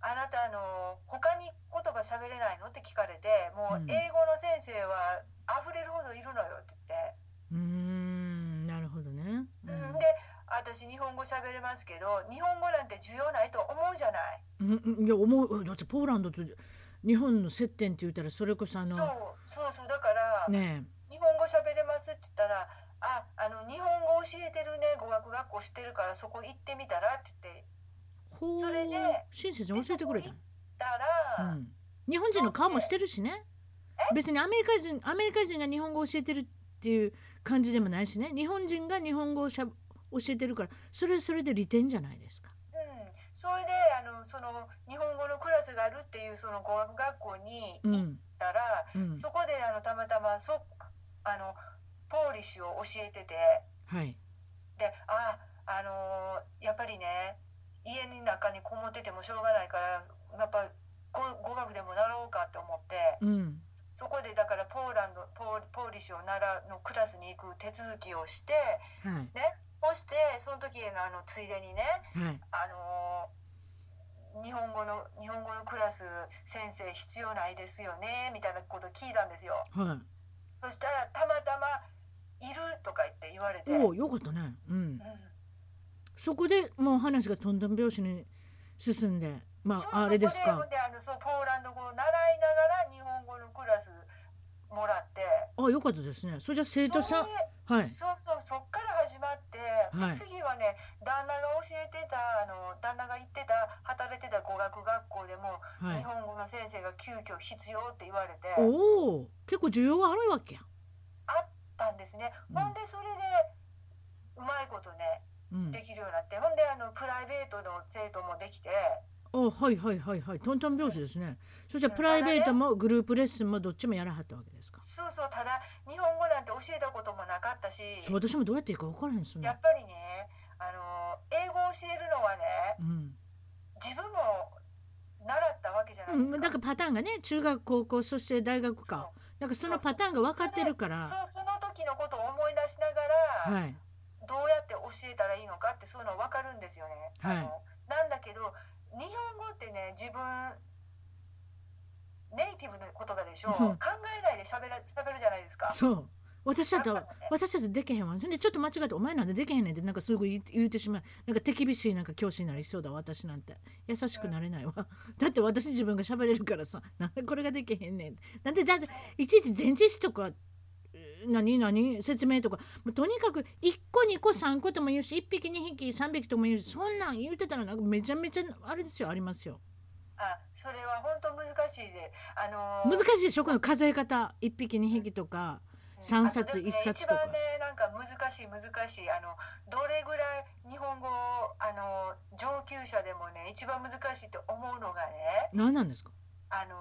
あなたあの他に言葉喋れないの?」って聞かれてもううん英語の先生は溢れるほどいるのよって言って。うーんなるほどねうんで私日本語喋れますけど日本語なんて需要ないと思うじゃないうんうんいや思ううんだってポーランドと日本の接点って言ったらそれこそあそうのそうそうだから、ね日本語喋れますって言ったら「ああの日本語教えてるね語学学校してるからそこ行ってみたら」って言ってえほうそれで親切に教えてくれたでそこ行ったうら、ん日本人の顔もしてるしね別にアメリカ人アメリカ人が日本語を教えてるっていう感じでもないしね日本人が日本語をしゃ教えてるからそれはそれで利点じゃないですか。うん、それであのその日本語のクラスがあるっていうその語学学校にう行っんたら、うん、そこであのたまたまそあのポーリッシュを教えててはい、でああのーやっぱりね家の中にこもっててもしょうがないからやっぱ語語学でも習おうかって思ってうんそこでだからポーランドポーポーリッシュを習うのクラスに行く手続きをしてはいねそしてその時のあのついでにねはい、あのー日本語の日本語のクラス先生必要ないですよねみたいなこと聞いたんですよはそしたらたまたまいるとか言って言われて、い、おおよかったね、うん、そこでもう話がとんだん拍子に進んでまそうああれですそこかでほんであのそうポーランド語を習いながら日本語のクラスもらってあよかったですねそれじゃ生徒さんそはいれそうそうそっから始まって、ではい次はね旦那が教えてたあの旦那が行ってた働いてた語学学校でも、は日い本語の先生が急遽必要って言われてあおお結構需要があるわけや、ったんですね、うんほんでそれでうまいことねうん、できるようになってほんであのプライベートの生徒もできてあはいはいはいはいトントン拍子ですねそしたらプライベートもグループレッスンもどっちもやらはったわけですかそうそうただ日本語なんて教えたこともなかったしそう私もどうやっていいか分からへんですやねっぱりね、あの英語を教えるのはね、うん、自分も習ったわけじゃないですうん、なか。んかパターンがね中学高校そして大学かなんかそのパターンが分かってるからそうその時のことを思い出しながら、はいどうやって教えたらいいのかってそういうの分かるんですよね。はいあのなんだけど日本語ってね自分ネイティブの言葉でしょ、うん考えないで喋ら喋るじゃないですか。そう私だったらだからね私たちできへんわでちょっと間違えて「お前なんでできへんねん」ってなんかすぐ言う言うてしまうなんか手厳しいなんか教師になりそうだわ私なんて優しくなれないわ、だって私自分が喋れるからさなんでこれができへんねんなんでだっていちいち前置詞とかえー何何説明とかもうとにかく1個2個3個とも言うし1匹2匹3匹とも言うしそんなん言うてたらなんかめちゃめちゃあれですよありますよあそれは本当難しいで、あの難しいでしょこの数え方1匹2匹とか3冊1冊とあかとね一番ねなんか難しい難しいあのどれぐらい日本語をあの上級者でもね一番難しいと思うのがね何なんですかあの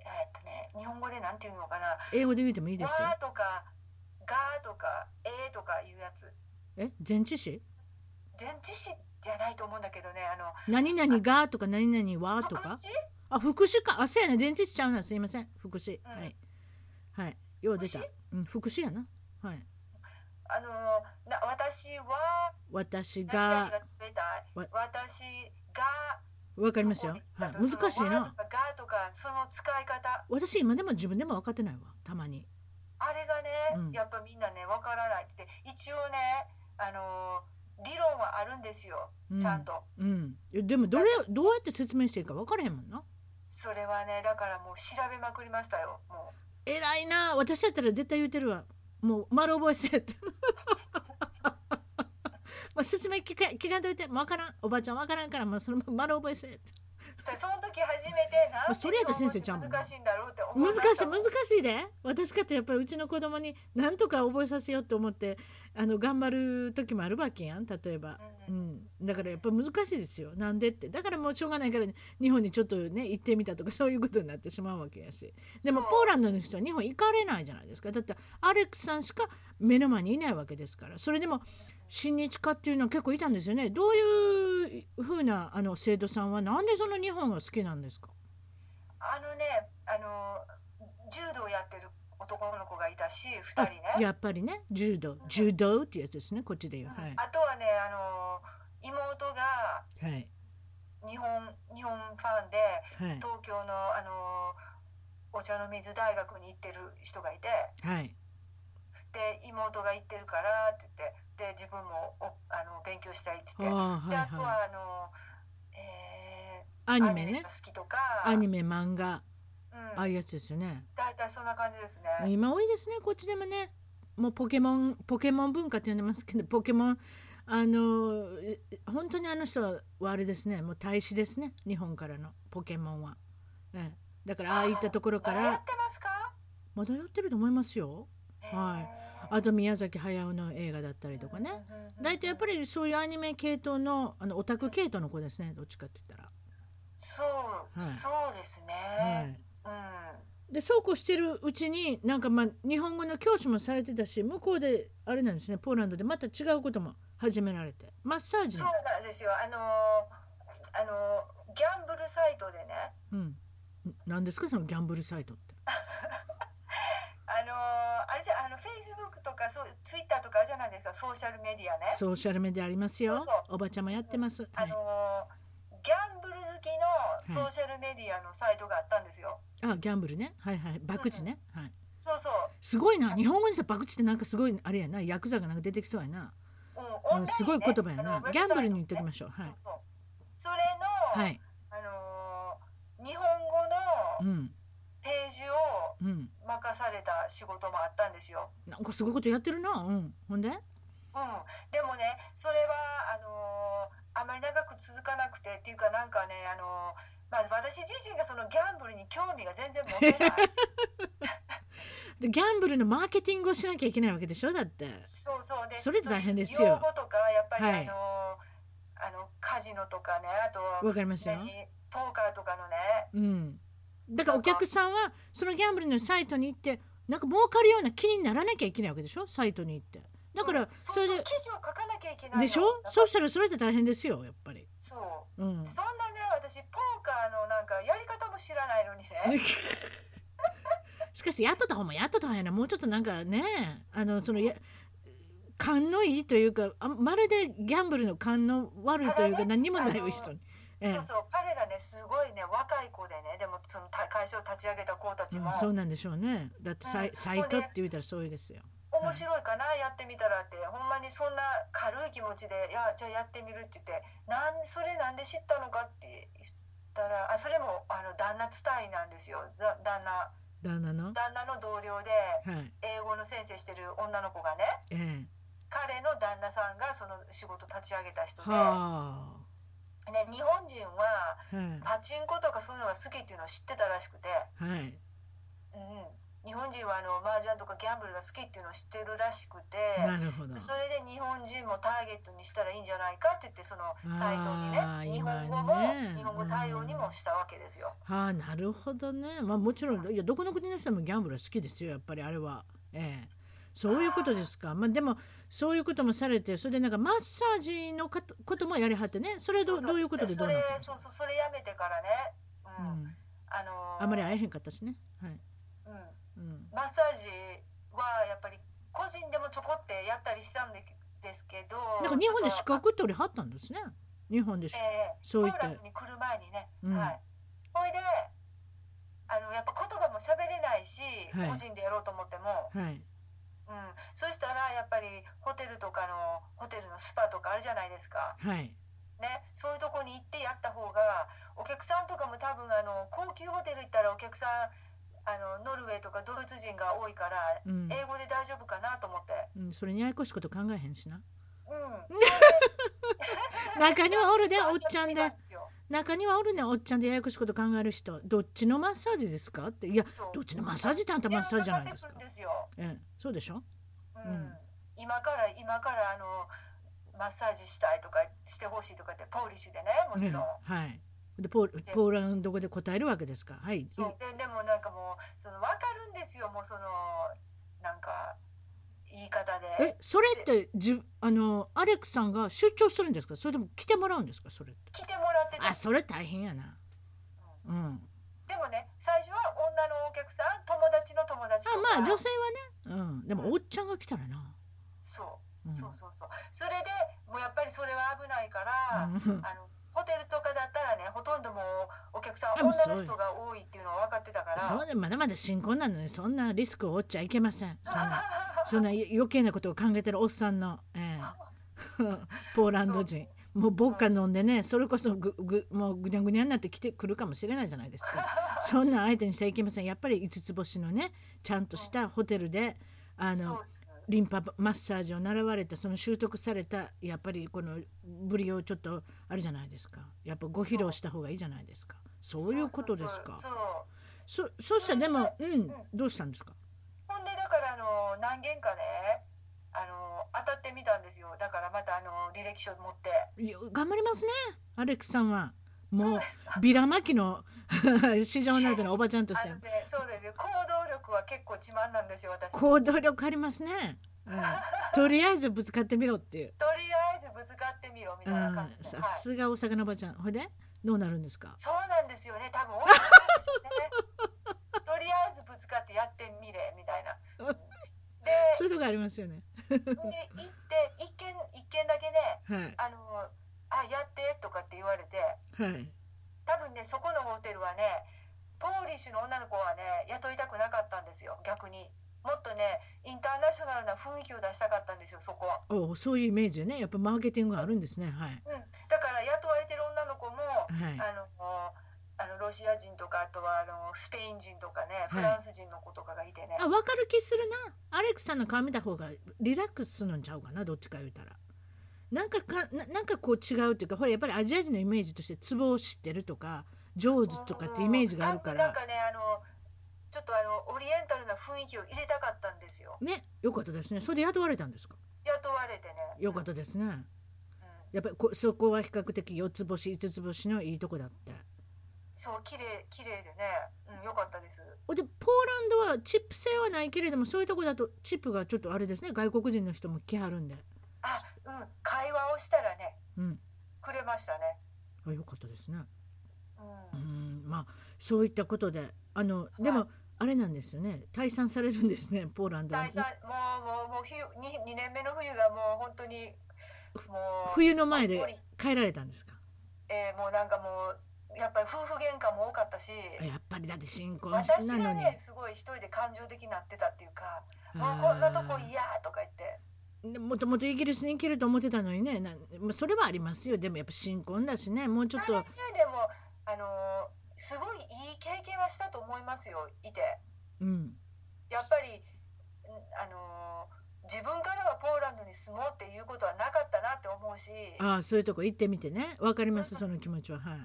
えーっとね日本語でなんていうのかな英語で言うてもいい「ですよわ」とか「が」とか「えー」とかいうやつえ前置詞前置詞じゃないと思うんだけどねあの何々がとか何々はと副か詞あ副詞かあそうやね前置詞ちゃうなすいません副詞、うんはいはいよう出た副詞うん副詞やなはいあのな私は私何々がが食べたいわ私がわかりますよはい難しいながとかその使い方私今でも自分でも分かってないわたまにあれがね、うんやっぱみんなねわからないって一応ねあのー理論はあるんですようんちゃんと、うんいやでもどれどうやって説明していいか分からへんもんなそれはねだからもう調べまくりましたよもう偉いな私やったら絶対言うてるわもう丸覚えしてって まもう説明聞か聞かんといてもうわからんおばあちゃんわからんからもうそのまま丸覚えせえってでその時初めてなんまあてそれやったら先生日本語って難しいんだろうって思難いましいしたもん難しいで私かってやっぱりうちの子供に何とか覚えさせようと思ってあの頑張る時もあるわけやん例えば、うん、だからやっぱ難しいですよなんでってだからもうしょうがないから日本にちょっとね行ってみたとかそういうことになってしまうわけやしでもそポうーランドの人は日本行かれないじゃないですかだってアレックスさんしか目の前にいないわけですからそれでも親日家っていうのは結構いたんですよねどういうふうなあの生徒さんはなんでその日本が好きなんですかあのねあの柔道やってる男の子がいたしあ2人ねやっぱりね柔道柔道ってやつですねこっちで言うはいあとはねあの妹がはい日本日本ファンで、はい東京のあのお茶の水大学に行ってる人がいてはいで妹が行ってるからって言ってで自分もおあの勉強したいって言って、あーではあいとははあの、えアーニメアねが好きとかアニメ漫画あうあん、いうやつですよね大体そんな感じですね。今多いですねこっちでもねもうポケモンポケモン文化って呼んでますけど ポケモンあの本当にあの人はあれですねもう大使ですね日本からのポケモンは、ええ、だからああいったところかまだやっらてますか？まだやってると思いますよはいあと宮崎駿の映画だったりとかね大体やっぱりそういうアニメ系統のあのオタク系統の子ですねどっちかって言っそう、いそうですね。たら。はいうん。でそうこうしてるうちになんかまあ日本語の教師もされてたし向こうであれなんですねポーランドでまた違うことも始められてマッサージそうの、なんですよ。あのーあのーギャンブルサイトでね、うん、なんですかそのギャンブルサイトってあのーあれじゃあのフェイスブックとかそうツイッターとかあるじゃないですか、ソーシャルメディアね。ソーシャルメディアありますよそうそうおばちゃんもやってます、はあいの、ーギャンブル好きのソーシャルメディアのサイトがあったんですよ。あギャンブルねはいはい博打ね、はい、そうそう。すごいな日本語にしたら博打ってなんかすごいあれやなヤクザがなんか出てきそうやな、うん、オンライン、うんね、すごい言葉やなあのウェブギャサンイトブルに言っておきましょうはそういそう。それの、はいあのー日本語うのんページをうん任された仕事もあったんですよ。なんかすごいことやってるなうんほんでうん、でもねそれはあのーあまり長く続かなくてっていうかなんかね、あのーまあ、私自身がそのギャンブルに興味が全然持てない でギャンブルのマーケティングをしなきゃいけないわけでしょだってそうそうでそれ大変ですそういうよ用語とかやっぱり、はいあのーあのカジノとかねあとわかりますよ何ポーカーとかのねうんだからお客さんはそのギャンブルのサイトに行ってなんか儲かるような気にならなきゃいけないわけでしょサイトに行ってだからそそうれそうで記事を書かなきゃいけないのでしょだからそうしたらそれって大変ですよやっぱりそううんそんなね私ポーカーのなんかやり方も知らないのにねしかしやっとった方もやっとった方やなもうちょっとなんかねあのそのや勘のいいというかあまるでギャンブルの勘の悪いというかただね何にもないあの人に、 ええそうそう彼らねすごいね若い子でねでもそのた会社を立ち上げた子たちうもん、そうなんでしょうねだってサイ,、うんサイトって言うたらそういうですよ面白いかなやってみたらってほんまにそんな軽い気持ちで「いやじゃあやってみる」って言ってなんそれなんで知ったのかって言ったらあそれもあの旦那伝いなんですよざ旦那旦那のは旦那の同僚でい英語の先生してる女の子がねええ彼の旦那さんがその仕事立ち上げた人で、はね、日本人はあはいパチンコとかそういうのが好きっていうのを知ってたらしくて。はいうん、日本人はあの麻雀とかギャンブルが好きっていうのを知ってるらしくてなるほどそれで日本人もターゲットにしたらいいんじゃないかって言ってそのサイトあーにね日本語も今ね日本語対応にもしたわけですよ。はあなるほどねまあもちろんいやどこの国の人でもギャンブルは好きですよやっぱりあれはええそういうことですかまあでもそういうこともされてそれでなんかマッサージのかとこともやりはってねそれはどうそどういうことでどうなそれったんですそうそうそれやめてからね、うか、うんん、あのーあまり会えへんかったしねはい、うん、うん、マッサージはやっぱり個人でもちょこってやったりしたんでですけどなんか日本で資しか格取りはったんですね日本でし、ええそう言っポてーランドに来る前にね、うんはいほいであのやっぱ言葉も喋れないし、はい個人でやろうと思っても、はいうん、そしたらやっぱりホテルとかのホテルのスパとかあるじゃないですか、はいね、そういうとこに行ってやった方がお客さんとかも多分あの高級ホテル行ったらお客さんあのノルウェーとかドイツ人が多いから、うん英語で大丈夫かなと思って、うん、それにややこしいこと考えへんしなううん。中にはおるでおっちゃんで当たり前なんすよ中にはおるねおっちゃんでややこしいこと考える人どっちのマッサージですかっていやそうどっちのマッサージってあんたマッサージじゃないですか電話かかってくるんですよ。ええそうでしょうん今から今からあのマッサージしたいとかしてほしいとかってポーリッシュでねもちろん。はいでポーポーランド語で答えるわけですからはいそうででもなんかもうその分かるんですよもうそのなんか言い方でえそれってじあのアレックさんが出張するんですかそれとも来てもらうんですかそれって来てもらっててあそれ大変やなうんあでもね最初は女のお客さん友達の友達とまかあ女性はねうんでもおっちゃんが来たらなそう、うんそうそうそうそれでもうやっぱりそれは危ないから、うんあのホテルとかだったらねほとんどもうお客さんあ女もうそうの人が多いっていうのは分かってたからそうねまだまだ新婚なのにそんなリスクを負っちゃいけませんそん なそんな余余計なことを考えてるおっさんの、え えポーランド人もうボッカ飲んでねそれこそぐぐもうぐにゃぐにゃになってきてくるかもしれないじゃないですかそんな相手にしてはいけませんやっぱり五つ星のねちゃんとしたホテルであ そのうですリンパマッサージを習われたその習得されたやっぱりこのぶりをちょっとあれじゃないですかやっぱご披露した方がいいじゃないですかそういうことですかそうそそうそうそうしたらでも、ううん、どうしたんですかほんでだからあの何件かねあの当たってみたんですよだからまたあの履歴書持っていや頑張りますねアレックスさんはそもううですビラマキの 市場なんてのおばちゃんとしあてのねそうですよ行動力は結構自慢なんですよ私とり行動力ありますね、うん、とりあえずぶつかってみろって いう、あえずぶつかってみろうみたんいな感、じで、さはい、すが大阪のおばちゃんほいでどうなるんですかそうなんですよね多 分多いんですよねとりあえずぶつかってやってみれみたいな でそういうとこありますよねで行って一件一件だけねはいあのあやってとかって言われてはい多分ねそこのホテルはねポーリッシュの女の子はね雇いたくなかったんですよ逆にもっとねインターナショナルな雰囲気を出したかったんですよそこは、おうそういうイメージでねやっぱマーケティングがあるんですねはいうん、だから雇われてる女の子も、いあのあのロシア人とかあとはあのスペイン人とかねはフいランス人の子とかがいてね、あ分かる気するなアレックスさんの顔見た方がリラックスするんちゃうかなどっちか言うたらなんかかななんかこう違うっていうかほらやっぱりアジア人のイメージとしてツボを知ってるとか上手とかってイメージがあるかうんならんかねあのちょっとあのオリエンタルな雰囲気を入れたかったんですよねよかったですねそれで雇われたんですか雇われてねよかったですねやっぱりこそこは比較的四つ星五つ星のいいとこだってそう綺麗綺麗でね、うん、よかったですおでポーランドはチップ制はないけれどもそういうとこだとチップがちょっとあれですね外国人の人も来はるんであうん会話をしたらねうんくれましたね。あよかったですねう、うんんまあそういったことであのでも、あれなんですよね退散されるんですねポーランドは第三もうもうもう冬に二年目の冬がもう本当にもう冬の前であっさり帰られたんですかえー、もうなんかもうやっぱり夫婦喧嘩も多かったし、あやっぱりだって新婚な私のがにねすごい一人で感情的になってたっていうか、もあーうこんなとこ嫌とか言っでて、もともとイギリスに行けると思ってたのにねなまあそれはありますよでもやっぱ新婚だしねもうちょっと大体でもあのーすごいいい経験はしたと思いますよいて。うんやっぱり、んあのー自分からはポーランドに住もうっていうことはなかったなって思うし、うん、ああそういうとこ行ってみてねわかりますその気持ちははい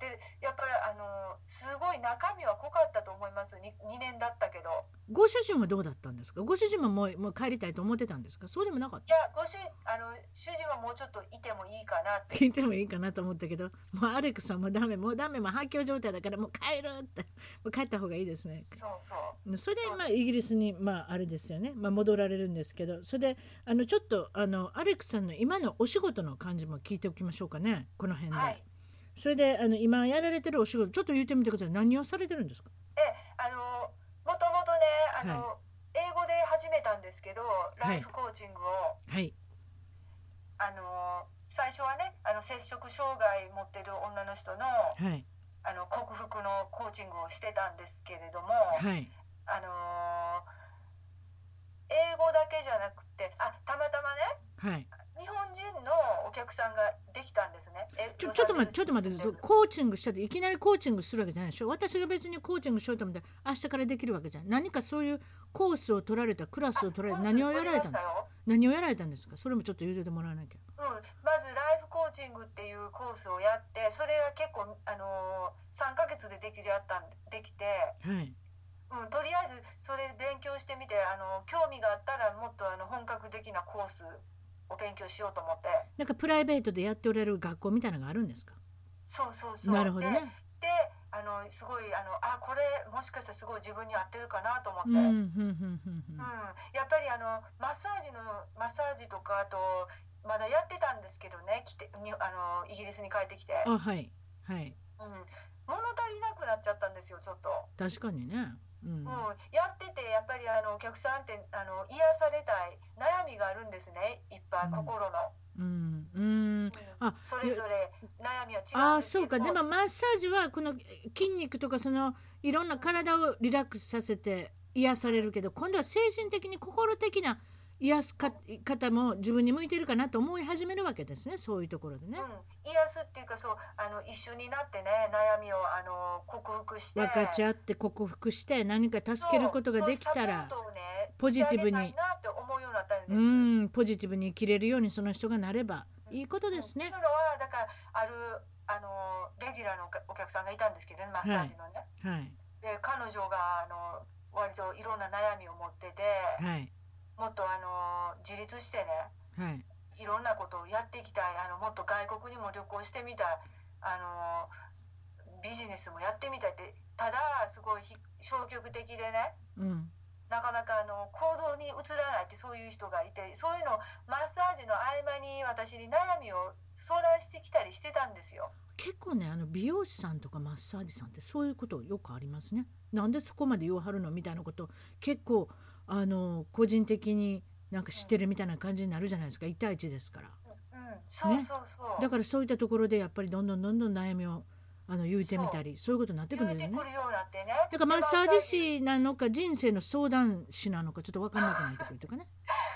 でやっぱり、あのーすごい中身は濃かったと思います 2, 2年だったけどご主人はどうだったんですかご主人ももうもう帰りたいと思ってたんですかそうでもなかっいやご主あの主人はもうちょっといてもいいかなってた聞いてもいいかなと思ったけどもうアレックさんもダメもうダメもう発狂状態だからもう帰るってもう帰った方がいいですねそうそうそれでそうまあイギリスにまああれですよね、まあ、戻られるんですけどそれであのちょっとあのアレックスさんの今のお仕事の感じも聞いておきましょうかねこの辺で、はいそれであの今やられてるお仕事ちょっと言ってみてください何をされてるんですかえあのもともとねあの、英語で始めたんですけどライフコーチングを、はいあのー最初はねあの摂食障害持ってる女の人の、はいあの克服のコーチングをしてたんですけれども、はいあのー英語だけじゃなくてあたまたまはねい日本人のお客さんができたんですね。えちょちょっと待ってちょっと待ってロサンゼルスに住んでるコーチングしたっていきなりコーチングするわけじゃないでしょ私が別にコーチングしようと思ったら明日からできるわけじゃん何かそういうコースを取られたクラスを取られた何をやられたんですかコース取りましたよ何をやられたんですかそれもちょっと言うてもらわなきゃうん、まずライフコーチングっていうコースをやってそれが結構、あのー、3ヶ月でできるやったんできて、はいうん、とりあえずそれ勉強してみて、あのー興味があったらもっとあの本格的なコースを勉強しようと思ってなんかプライベートでやっておられる学校みたいなのがあるんですかそうそうそうなるほどねでであのすごいあのあこれもしかしたらすごい自分に合ってるかなと思って。うんうんうんうんうんうん、やっぱりあのマッサージのマッサージとかあとまだやってたんですけどね来てにあのイギリスに帰ってきて、うん、あはいはい物足りなくなっちゃったんですよちょっと、確かにねうんうん、やっててやっぱりあのお客さんってあの癒されたい悩みがあるんですねいっぱいうん心の、うんうんあそれぞれ悩みは違うんですけどああそうかでもマッサージはこの筋肉とかそのいろんな体をリラックスさせて癒されるけど今度は精神的に心的な癒すか方も自分に向いてるかなと思い始めるわけですねそういうところでねうん、。癒すっていうかそうあの一緒になってね悩みをあの克服して分かち合って克服して何か助けることができたらそうそういうサポートをねポジティブにしてあげたいなって思うようになったんでうすよんポジティブに生きれるようにその人がなればいいことですねっ。ていうのはだからあるあのレギュラーのお客さんがいたんですけどねマッサージのね、はいで彼女があの割といろんな悩みを持ってて、はいもっとあの自立してねはいいろんなことをやっていきたいあのもっと外国にも旅行してみたいあのビジネスもやってみたいってただすごいひ消極的でうねんなかなかあの行動に移らないってそういう人がいてそういうのをマッサージの合間に私に悩みを相談してきたりしてたんですよ。結構ねあの美容師さんとかマッサージさんってそういうことよくありますね。なんでそこまで言わはるのみたいなこと結構あの個人的になんか知ってるみたいな感じになるじゃないですか一対一ですから。うん、そうそうそう。だからそういったところでやっぱりどんどんどんどん悩みをあの言うてみたりそういうことになってくるん言うでてすくね。るようになってね。だからマッサージ師なのか人生の相談師なのかちょっと分かんなくなってくるというかね。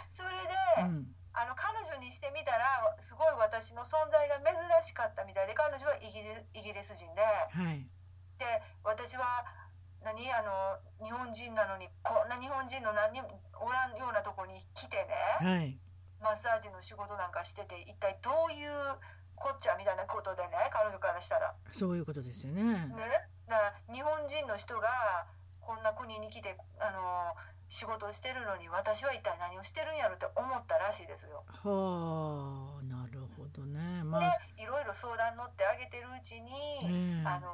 それうで、ん、あの彼女にしてみたらすごい私の存在が珍しかったみたいで彼女はイギリイギリス人ではいで私は何あの日本人なのにこんな日本人の何人もおらんようなとこに来てねはいマッサージの仕事なんかしてて一体どういうこっちゃみたいなことでね彼女からしたら。そういうことですよね。ね、だから日本人の人がこんな国に来てあの仕事をしてるのに私は一体何をしてるんやろって思ったらしいですよ。はあなるほどね。まであいろいろ相談乗ってあげてるうちに、うんあの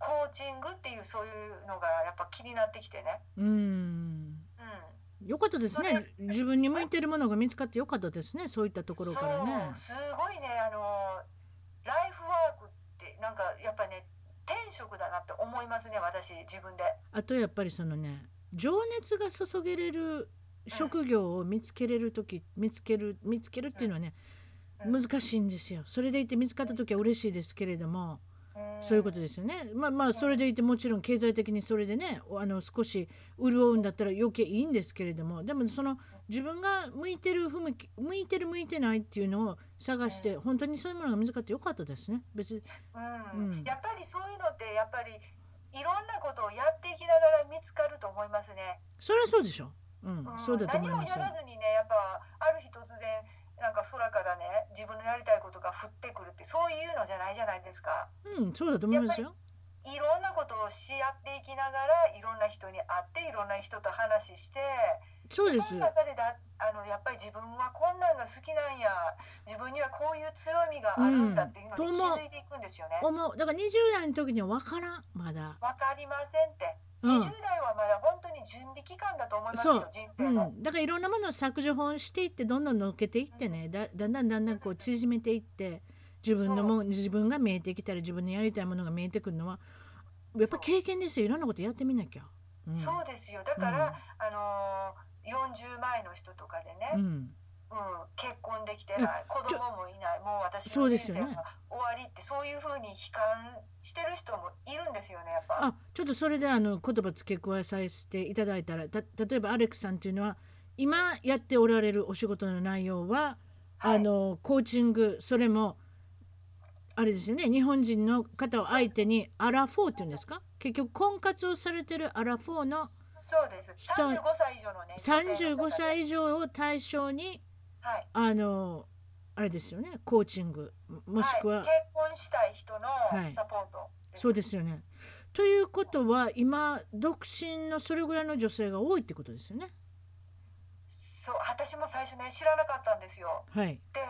コーチングっていうそういうのがやっぱ気になってきてね。うん。うんよかったですねそれ。自分に向いてるものが見つかってよかったですね。そういったところからねそう。すごいねあのライフワークってなんかやっぱね天職だなって思いますね私自分で。あとやっぱりそのね、情熱が注げれる職業を見つけれる時、見つける見つけるっていうのはね、難しいんですよ。それでいて見つかった時は嬉しいですけれども。うんそういうことですよね。まあまあそれでいてもちろん経済的にそれでねあの少し潤うんだったら余計いいんですけれどもでもその自分が向いてる不向き向いてる向いてないっていうのを探して本当にそういうものが見つかってよかったですね。別にうんうんやっぱりそういうのってやっぱりいろんなことをやっていきながら見つかると思いますね。それはそうでしょ。うん、うんそうだと思い何もまやすよ。らずにねやっぱある日突然なんか空からね自分のやりたいことが降ってくるってそういうのじゃないじゃないですか。うん、そうだと思いますよ。いろんなことをし合っていきながらいろんな人に会っていろんな人と話してそうです。の中でだあのやっぱり自分はこんなんが好きなんや自分にはこういう強みがあるんだっていうのうんとに気思うづいていくんですよね。思うだから20代の時には分からんまだ。わかりませんって、うん20代はまだ本当に準備期間だと思いますそよう人、生うの、ん、だからいろんなものを削除本していってどんどんのっけていってねだだんだんだんだんこう縮めていって自分のも自分が見えてきたり自分のやりたいものが見えてくるのはやっぱ経験ですよいろんなことやってみなきゃ。うんそうですよだから、あのー40前の人とかでうね、ん、うん結婚できてない子供もいないもう私そうのです人生よねは終わりってそういうふうに悲観してる人もいるんですよねやっぱ。あちょっとそれであの言葉付け加えさせていただいたらた例えばアレックさんっていうのは今やっておられるお仕事の内容ははいあのコーチングそれもあれですよね日本人の方を相手にアラフォーっていうんですか結局婚活をされてるアラフォーのそうです。三十五歳以上のね。 35女性の方で歳以上を対象にはい。あのあれですよねコーチングもしくは、はい、結婚したい人はのいサポートです。そうですよね。ということは今独身のそれぐらいの女性が多いってことですよね。そう私も最初ね知らなかったんですよ。はいで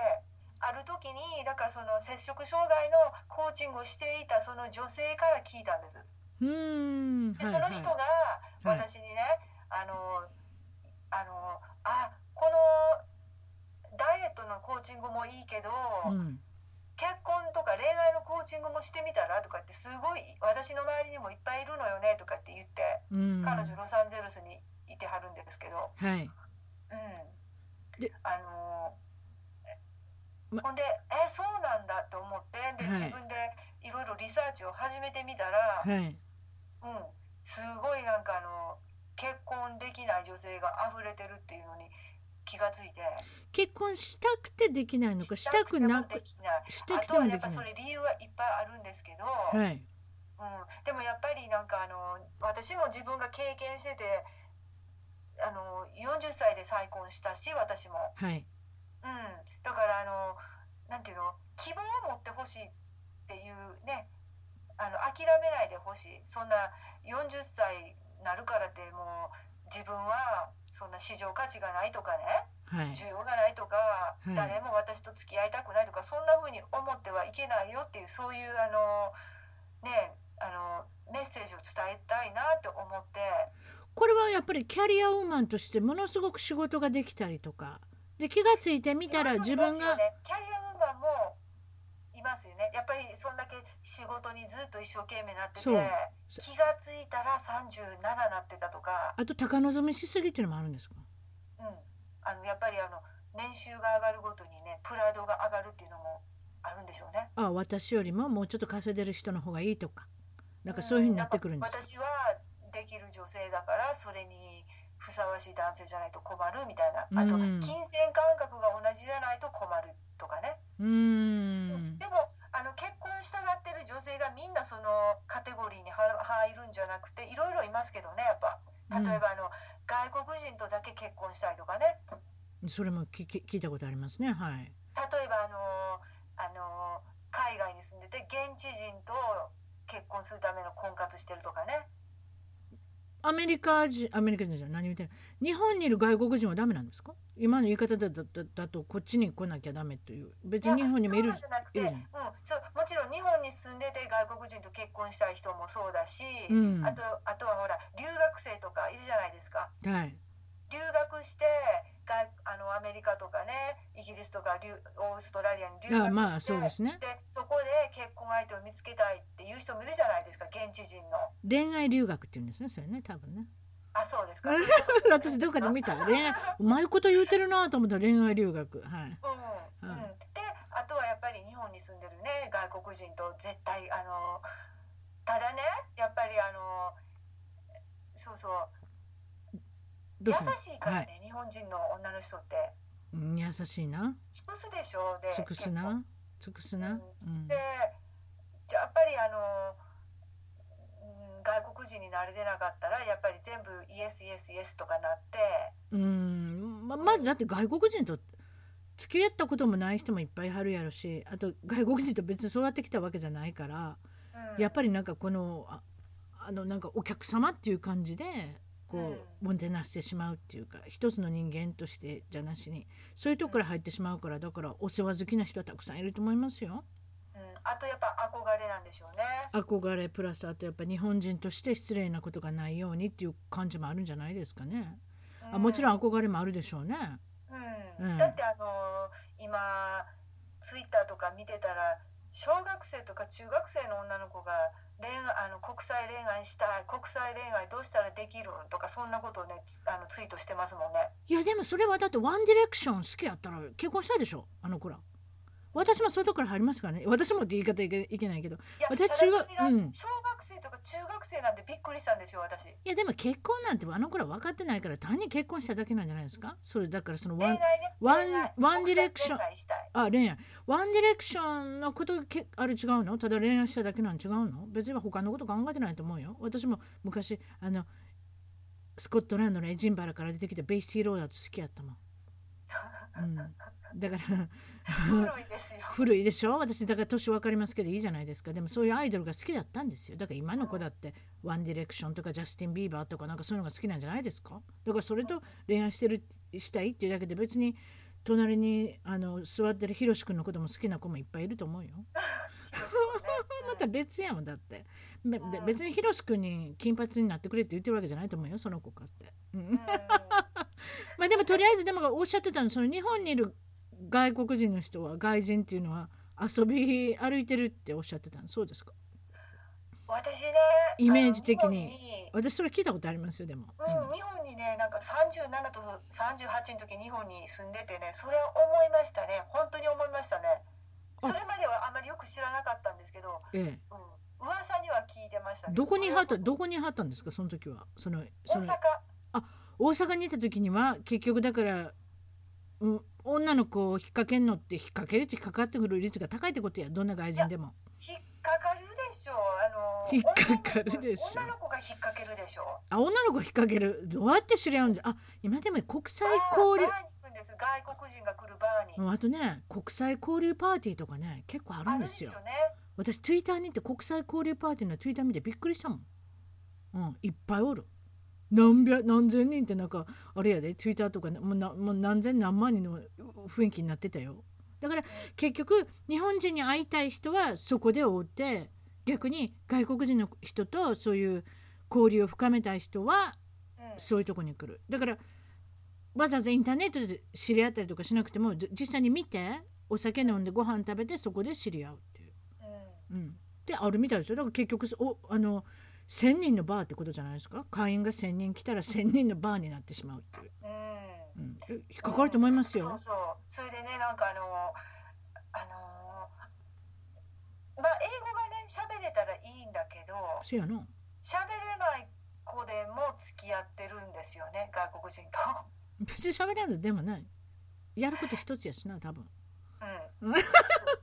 ある時にだからその摂食障害のコーチングをしていたその女性から聞いたんです。うーんではいその人がはい私にね、あのあのあこのダイエットのコーチングもいいけど、はいうん結婚とか恋愛のコーチングもしてみたらとかってすごい私の周りにもいっぱいいるのよねとかって言って、うん彼女ロサンゼルスにいてはるんですけど、はいうん、であのーまほんでえそうなんだと思ってで、はい自分でいろいろリサーチを始めてみたら、はいうん、すごいなんかあの結婚できない女性が溢れてるっていうのに気がついて結婚したくてできないのかしたくなくできないしたくてあともはでやっきぱそない。れ理由はいっぱいあるんですけど、はいうん、でもやっぱりなんかあの私も自分が経験しててあの40歳で再婚したし私も、はいうん、だからあのなんていうの希望を持ってほしいっていうねあの諦めないでほしいそんな40歳なるからってもう自分はそんな市場価値がないとかねはい需要がないとか、い誰も私と付き合いたくないとかそんな風に思ってはいけないよっていうそういうあのねあのメッセージを伝えたいなって思ってこれはやっぱりキャリアウーマンとしてものすごく仕事ができたりとかで気がついてみたら自分いますよがね、キャリアウーマンもいますよねやっぱりそんだけ仕事にずっと一生懸命なっててそう気がついたら37なってたとか、あと高望みしすぎっていうのもあるんですか。うん、あのやっぱりあの年収が上がるごとにねプライドが上がるっていうのもあるんでしょうね。あ私よりももうちょっと稼いでる人の方がいいとかなんかそういうふうになってくるんですか。私はできる女性だからそれにふさわしい男性じゃないと困るみたいなあとうん金銭感覚が同じじゃないと困るとかね、うーんでもあの結婚したがってる女性がみんなそのカテゴリーには入るんじゃなくていろいろいますけどねやっぱうん例えばあの、外国人とだけ結婚したいとかねそれも聞き聞いたことありますね。はい。例えばあのあの海外に住んでて現地人と結婚するための婚活してるとかねアメリカ人アメリカ人じゃない何言ってる日本にいる外国人はダメなんですか。今の言い方だだだだとこっちに来なきゃダメという別に日本にもいるいやそうなんじいゃるじなくゃない。てうん、そうもちろん日本に住んでて外国人と結婚したい人もそうだし、うんあとあとはほら留学生とかいるじゃないですかはい。留学して外あのアメリカとかねイギリスとか留オーストラリアに留あまあ学してそうですねでそこで結婚相手を見つけたいっていう人もいるじゃないですか現地人の。恋愛留学っていうんですね。それね多分ね。 あそうですか、私どっかで見た恋愛うまいこと言うてるなと思ったら恋愛留学はいうんうん、であとはやっぱり日本に住んでるね外国人と絶対あのただねやっぱりあのそうそうど優うしたのしいからね、日本人の女の人ってはいうん、優しいな尽くすでしょうで尽くす結構な尽くすな、うんでじゃあやっぱりあのうん外国人に慣れてなかったらやっぱり全部イエスイエスイエスとかなってうんままずだって外国人と付き合ったこともない人もいっぱいいはるやろしあと外国人と別に育ってきたわけじゃないから、うんやっぱりなんかこのああのなんかお客様っていう感じでこうもてなしてしまうっていうか一つの人間としてじゃなしにそういうとこから入ってしまうからだからお世話好きな人はたくさんいると思いますよ。うん、あとやっぱ憧れなんでしょうね。憧れプラスあとやっぱ日本人として失礼なことがないようにっていう感じもあるんじゃないですかね。あもちろん憧れもあるでしょうね。うんうんだってあのー今ツイッターとか見てたら小学生とか中学生の女の子が恋愛あの国際恋愛したい国際恋愛どうしたらできるんとかそんなことをねつあのツイートしてますもんね。いやでもそれはだってワンディレクション好きやったら結婚したいでしょあの子ら。私 もそういうとこから入りますからね私もって言い方いけいけないけどいや私中ただそれが学うん小学生とか中学生なんでびっくりしたんですよ私いやでも結婚なんてあの頃は分かってないから単に結婚しただけなんじゃないですかそれだからその恋ワ愛ンねワンワ恋愛ンディレクション国際恋愛したいあ恋愛ワンディレクションのことけあれ違うのただ恋愛しただけなの違うの別に他のこと考えてないと思うよ私も昔あのスコットランドのエジンバラから出てきたベイシティ・ローダーズ好きやったもん、うん、だから古いですよ古いでしょ私だから年分かりますけどいいじゃないですかでもそういうアイドルが好きだったんですよだから今の子だってワンディレクションとかジャスティン・ビーバーとかなんかそういうのが好きなんじゃないですかだからそれと恋愛してるしたいっていうだけで別に隣にあの座ってるヒロシ君のことも好きな子もいっぱいいると思うよ。また別やもんだってめで別にヒロシ君に金髪になってくれって言ってるわけじゃないと思うよその子かって。 うんまあでもとりあえずでもおっしゃってたのその日本にいる外国人の人は外人っていうのは遊び歩いてるっておっしゃってたのそうですか私ねイメージ的あのに日私それ聞いたことありますよでも、本にうん、日本にねなんか37と38の時日本に住んでてねそれを思いましたね本当に思いましたねそれまではあまりよく知らなかったんですけど、えうん、噂には聞いてましたえ、ねどこにいはっそたれどこにいはったんですかその時はそのそ大の阪あ大阪にいた時には結局だから、うん、女の子を引っ掛けんのって引っ掛けると引っかかってくる率が高いってことやどんな外人でも引っかかるでしょあの引っかかるでしょ女の子女の子が引っかけるでしょあ女の子引っ掛けるどうやって知り合うんじゃあ今でも国際交バー流バーに行くんです外国人が来るバーに、あとね国際交流パーティーとかね結構あるあんるでですしよょね私ツイッターに行って国際交流パーティーのツイッター見てびっくりしたもんうんいっぱいおる何百何千人ってなんかあれやでツイッターとかねもうなもう何千何万人の雰囲気になってたよだから結局日本人に会いたい人はそこで追って逆に外国人の人とそういう交流を深めたい人はうんそういうとこに来るだからわざわざインターネットで知り合ったりとかしなくてもじ実際に見てお酒飲んでご飯食べてそこで知り合うっていう、うんうん、であるみたいですよだから結局おあの1,000人のバーってことじゃないですか会員が1,000人来たら1,000人のバーになってしまうっていう、ううんん、え引っかかると思いますそうよ。そう。それでね、なんかあのあのまあ英語がね喋れたらいいんだけど、せやな喋れない子でも付き合ってるんですよね、外国人と。別に喋らんのでもないやること一つやしな多分うん。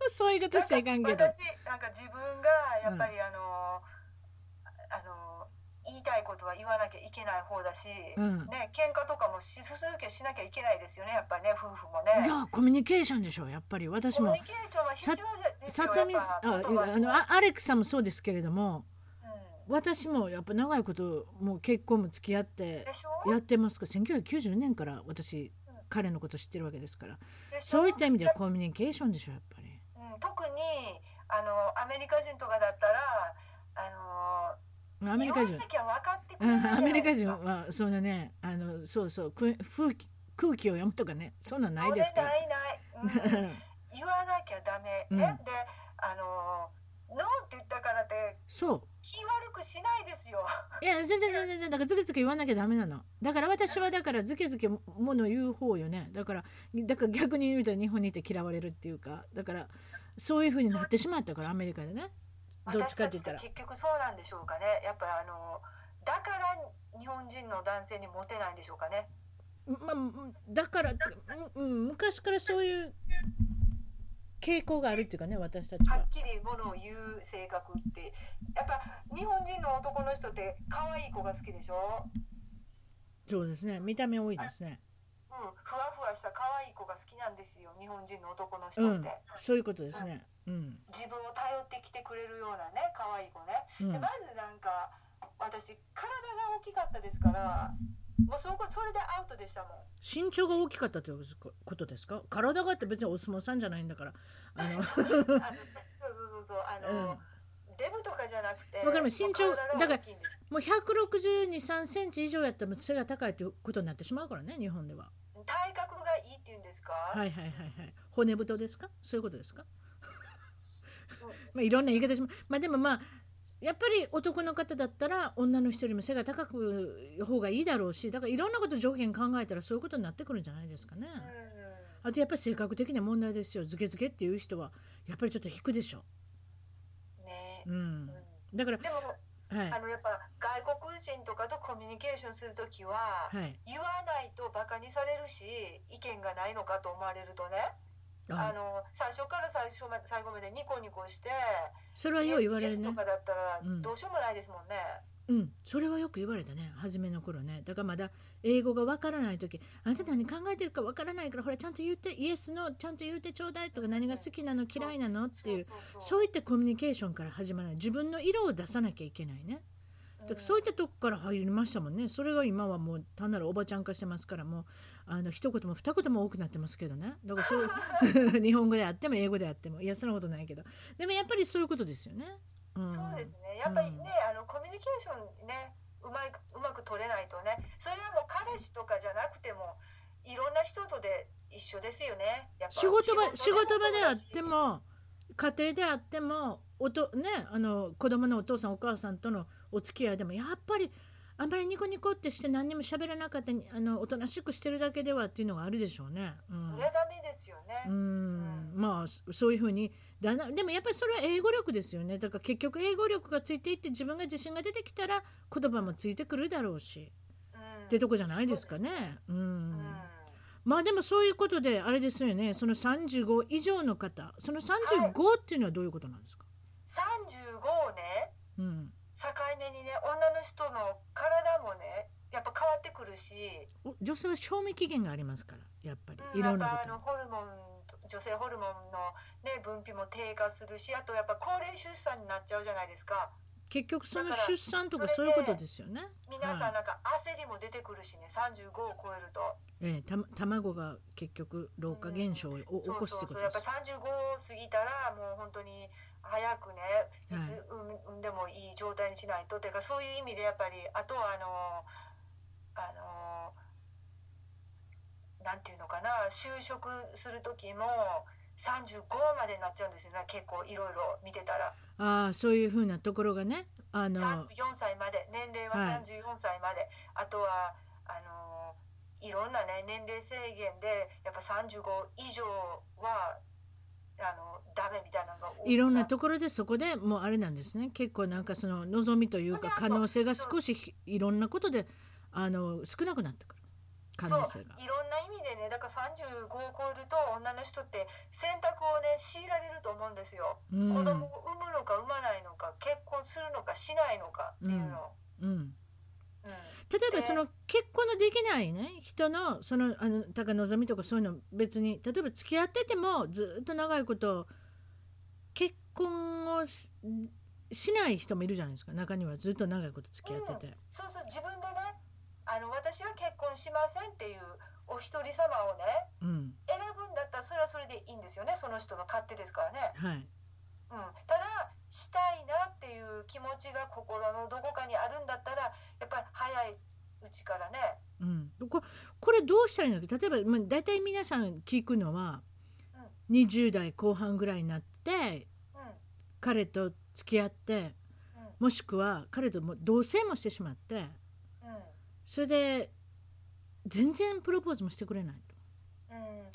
そういうことしちゃいかんけど私なんか自分がやっぱりあのあの言いたいことは言わなきゃいけない方だし、うんね喧嘩とかもし続けしなきゃいけないですよね、やっぱりね夫婦もいね。やコミュニケーションでしょうやっぱり私コミュもニケーションは必要ですさよ。とみやっあぱ言葉あのあアレックさんもそうですけれどもうん私もやっぱ長いこともう結婚も付き合ってでしょやってますから1990年から私彼のこと知ってるわけですからでしょそういった意味ではコミュニケーションでしょやっぱりうん、特にあのアメリカ人とかだったらあのアメリカ人言わなきゃ分かってくうれんないアメリカじ人ゃないはそんなねあのそうそう空風紀空気を読むとかねそんなんないでですすかかそられないない、うん言わなきゃダメ、ねうんであのノーって言ったからってそう気悪くしないですよいや全然全然だからズケズケ言わなきゃダメなのだから私はだからズケズケもの言う方よねだからだから逆に言うたら日本にいて嫌われるっていうかだからそういう風になってしまったからアメリカでねどっち私かたって言ちっったてら結局そうなんでしょうかねやっぱあのだから日本人の男性にモテないんでしょうかねまあうんだからうんうん昔からそういう傾向があるっていうかね私たちははっきりものを言う性格ってやっぱ日本人の男の人って可愛い子が好きでしょそうですね見た目多いですねうん、ふわふわした可愛い子が好きなんですよ日本人の男の人うっんて、そういうことですねうん自分を頼ってきてくれるようなね可愛い子ね、うんでまずなんか私体が大きかったですからもうそこそれでアウトでした もん身長が大きかったってことですか体があって別にお相撲さんじゃないんだからあ のあのそうそうそうそうあの、デブとかじゃなくてわかります身長もう体が大きいんですもう1 6 2 3センチ以上やったら背が高いということになってしまうからね日本では。体格がいいっていうんですか、はいはいはいはい骨太ですかそういうことですかうんまあいろんな言い方しままあでもまあやっぱり男の方だったら女の人よりも背が高く方がいいだろうしだからいろんなこと条件考えたらそういうことになってくるんじゃないですかね。うんあとやっぱり性格的な問題ですよズケズケっていう人はやっぱりちょっと引くでしょ。ねうん、だからでも、いはいあのやっぱ外国人とかとコミュニケーションするときは、はい言わないとバカにされるし意見がないのかと思われるとねああの最初から最初まで最後までニコニコしてそれはよう言われイエるスイエスとねかだったらうんどうしようもないですもんね。うんそれはよく言われたね初めの頃ねだからまだ英語がわからない時あなた何考えてるかわからないからほらちゃんと言ってイエスのちゃんと言ってちょうだいとか何が好きなの嫌いなのっていうそうそうそういったコミュニケーションから始まらない自分の色を出さなきゃいけないねだからそういったとこから入りましたもんねそれが今はもう単なるおばちゃん化してますからもうあの一言も二言も多くなってますけどねだからそう 日本語であっても英語であってもいやそんなことないけどでもやっぱりそういうことですよね。うん、そうですね。やっぱりね、あのコミュニケーションね、うまいうまく取れないとね、それはもう彼氏とかじゃなくても、いろんな人とで一緒ですよね。やっぱ仕事場仕事場であってもも家庭であってもおと、ね、あの子供のお父さんお母さんとのお付き合いでもやっぱりあんまりニコニコってして何にも喋らなかったりあのおとなしくしてるだけではっていうのがあるでしょうね。うんそうだしそれダメですよね。うーんまあそそういうふうにだなでもやっぱりそれは英語力ですよねだから結局英語力がついていって自分が自信が出てきたら言葉もついてくるだろうしうんってとこじゃないですかね。うんうんまあでもそういうことであれですよねその35以上の方その35っていうのはどういうことなんですか、 35をね、うん、境目にね、女の人の体もね、やっぱ変わってくるし、お女性は賞味期限がありますからやっぱうりんいやろっんなぱこあとのホルモンと女性ホルモンの、ね、分泌も低下するしあとやっぱ高齢出産になっちゃうじゃないですか。結局そのだから出産とかそそうれいうでことですよね。皆さはんいなんか焦りも出てくるしね35を超えるとええたま卵が結局老化現象をお起そうこすっそてことうそうでやっすぱ35を過ぎたらもう本当に早くねいつ産んでもいい状態にしないとていうかそういう意味でやっぱりあとはあのあのなんていうのかな就職する時も35までになっちゃうんですよね結構いろいろ見てたらああそういうふうなところがねあの34歳まで年齢ははい34歳まで、あとはあのーいろんなね年齢制限でやっぱ35以上はあのダメみたいなのが多いろんなこところでそこでもうあれなんですね結構なんかその望みというか可能性が少しひいろんなことであの少なくなってくる可能そう性いろが。んな意味でねだから35を超えると女の人って選択をね強いられると思うんですよ、うん子供を産むのか産まないのか結婚するのかしないのかっていうの、うんうん例えばでその結婚のできないね人のそのあのたか望みとかそういうの別に例えば付き合っててもずっと長いこと結婚をししない人もいるじゃないですか中にはずっと長いこと付き合ってて、うん、そうそう自分でねあの私は結婚しませんっていうお一人様をねうん選ぶんだったらそれはそれでいいんですよねその人の勝手ですからね、はいうん、ただしたいなっていう気持ちが心のどこかにあるんだったらやっぱり早いうちからねうん、ここれどうしたらいいのか例えば、まあ、大体皆さん聞くのは、20代後半ぐらいになってうん彼と付き合ってもしくは彼とも同棲もしてしまってうんそれで全然プロポーズもしてくれないと。うん、例えばね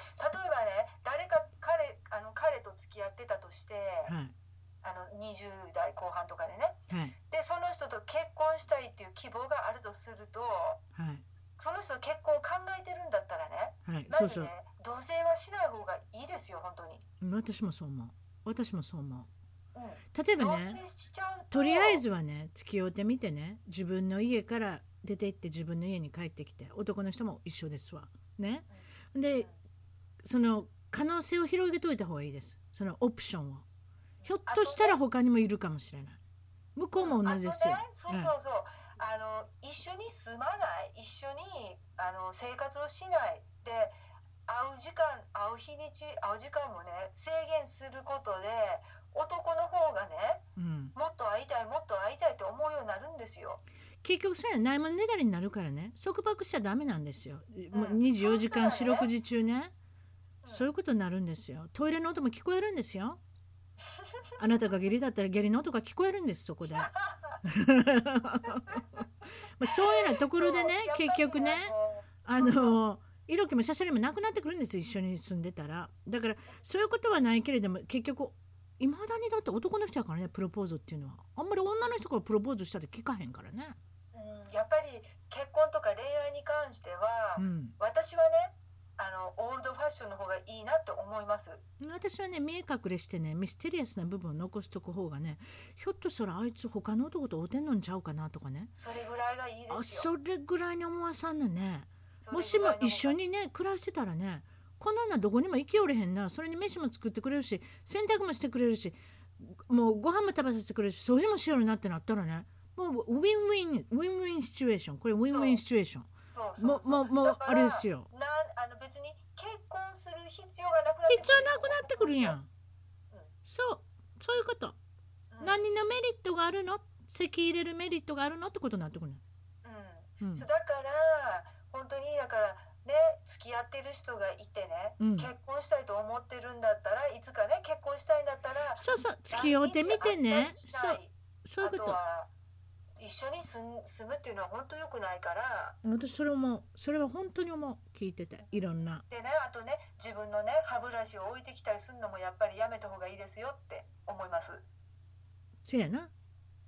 誰か彼あの彼と付き合ってたとして、はいあの20代後半とかでねはいでその人と結婚したいっていう希望があるとするとはいその人と結婚を考えてるんだったらねはい、まそうずそうね同棲はしない方がいいですよ本当に、私もそう思う私もそう思うんう例え同ばね棲しちゃうととりあえずはね付き合うてみてね自分の家から出て行って自分の家に帰ってきて男の人も一緒ですわねでその可能性を広げといた方がいいですそのオプションをひょっとしたら他にもいるかもしれない向こうも同じですよあとね、そうそうそう、あの一緒に住まない一緒にあの生活をしないで会う時間会う日にち会う時間もね制限することで男の方がねうんうんもっと会いたいもっと会いたいと思うようになるんですよ。結局そうやないもんねだりになるからね束縛しちゃダメなんですよ、もううん24時間そ四うそ六うね時中ねそういうことになるんですよトイレの音も聞こえるんですよあなたが下痢だったら下痢の音が聞こえるんですそこ でまあそういうようなところでねそう結局ねやっぱりもうあの色気も写真もなくなってくるんですよ一緒に住んでたらだからそういうことはないけれども結局いまだにだって男の人やからねプロポーズっていうのはあんまり女の人からプロポーズしたって聞かへんからね。うん、やっぱり結婚とか恋愛に関しては、うん、私はねあのオールドファッションの方がいいなと思います私はね見え隠れしてねミステリアスな部分を残しとく方がねひょっとしたらあいつ他の男とおてんのんちゃうかなとかねそれぐらいがいいあですよそれぐらいに思わさんのねそれもしぐもらいの方が一緒にね暮らしてたらねこの女どこにも行きおれへんなそれに飯も作ってくれるし洗濯もしてくれるしもうご飯も食べさせてくれるし掃除もしよるなってなったらねもうウィンウィンウィンウィンシチュエーションこれウィンウィンシチュエーションそうそうそうもももうだからあれですよなんあの別に結婚する必要がなくなってくる必要なくなってくるやんうんそうそういうことうん何のメリットがあるの籍入れるメリットがあるのってことになってくるねううんんそうだから本当にだからね付き合ってる人がいてね、うん結婚したいと思ってるんだったらいつかね結婚したいんだったらそうそう付き合うてみてね何日そ会うそういったりしないうこあととは一緒に住む住むっていうのは本当良くないから私それ思うそれは本当に思う聞いてていろんなでねあとね自分のね歯ブラシを置いてきたりするのもやっぱりやめた方がいいですよって思いますせやな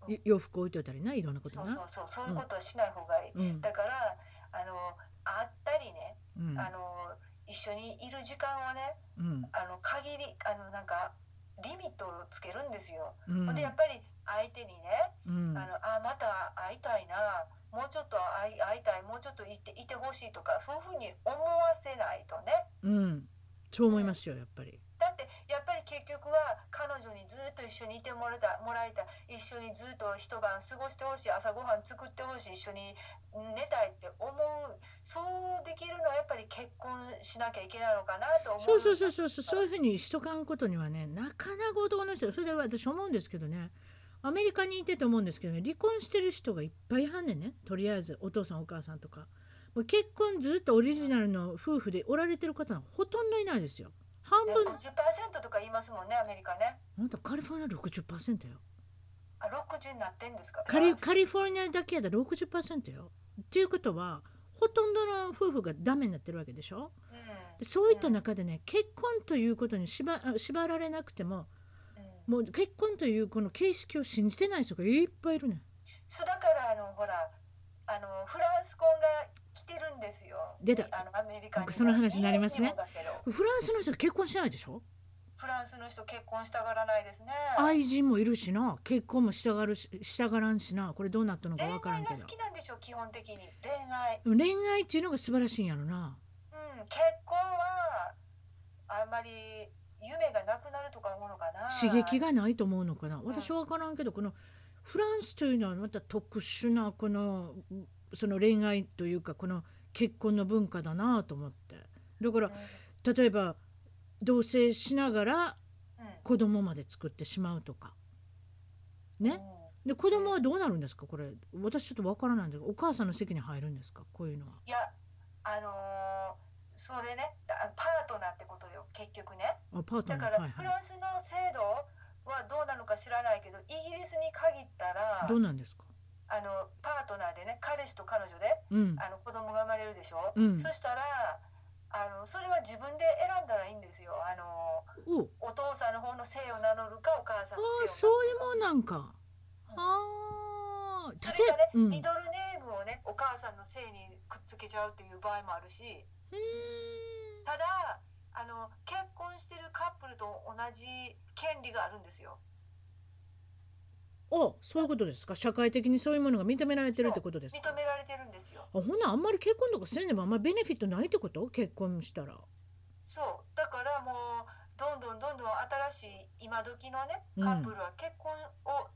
よ洋服置いといたりないろんなことそうなそうそうそういうことはしない方がいい、うんだからあの会ったりね、うんあの一緒にいる時間をねうんあの限りあのなんかリミットをつけるんですよ、うんほんでやっぱり相手にね、うんあのあまた会いたいなもうちょっと会い会いたいもうちょっといていてほしいとかそういうふうに思わせないとねうんそう思いますよやっぱりだってやっぱり結局は彼女にずっと一緒にいてもらえたもらえた一緒にずっと一晩過ごしてほしい朝ごはん作ってほしい一緒に寝たいって思うそうできるのはやっぱり結婚しなきゃいけないのかなと思うそうそうそうそうそうそういうふうにしとかんことにはねなかなか男の人それで私思うんですけどねアメリカにいてと思うんですけどね離婚してる人がいっぱいいはんねんねとりあえずお父さんお母さんとかもう結婚ずっとオリジナルの夫婦でおられてる方はほとんどいないですよ半ね分50%とか言いますもんねアメリカねあんたカリフォルニア60%よあ60になってんですかカリあカリフォルニアだけやったら60%よ。っていうことはほとんどの夫婦がダメになってるわけでしょうんでそういった中でね結婚ということに縛あ縛られなくてもうんもう結婚というこの形式を信じてない人がいっぱいいるねん。そうだからあのほらあのフランス婚が来てるんですよ出たあのアメリカなんかにもその話になりますねイギリスにもだけどフランスの人は結婚してないでしょフランスの人結婚したがらないですね愛人もいるしな結婚もしたがるししたがらんしなこれどうなったのか恋分から愛んがけ好どきなんでしょう基本的に恋愛でも恋愛っていうのが素晴らしいんやろなうん結婚はあんまり夢がなくなるとか思うのかな刺激がないと思うのかな私は分からんけどこのフランスというのはまた特殊なこのその恋愛というかこの結婚の文化だなと思ってだから例えば同棲しながらうん、うん子供まで作ってしまうとかねで子供はどうなるんですかこれ私ちょっと分からないんだけどお母さんの席に入るんですかこういうのは。いやあのーそれねあパートナーってことよ結局ねあパートだナかーらはいフはランスの制度はどうなのか知らないけどイギリスに限ったらあい。どうなんですかのパートナーでね彼氏と彼女でうんあの子供が生まれるでしょ、うんそしたらあのそれは自分で選んだらいいんですよあのおお父さんの方の姓を名乗るかお母さんあのあ姓そをういうもんなんか。ああ。名乗るそれがね、うんミドルネームをねお母さんの姓にくっつけちゃうっていう場合もあるしうただあの結婚してるカップルと同じ権利があるんですよ。ーんあそういうことですか社会的にそういうものが認められてるってことですかそう認められてるんですよ。あほなあんまり結婚とかせんでもあんまりベネフィットないってこと結婚したら。そうだからもうどんどんどんどん新しい今時のねうんカップルは結婚を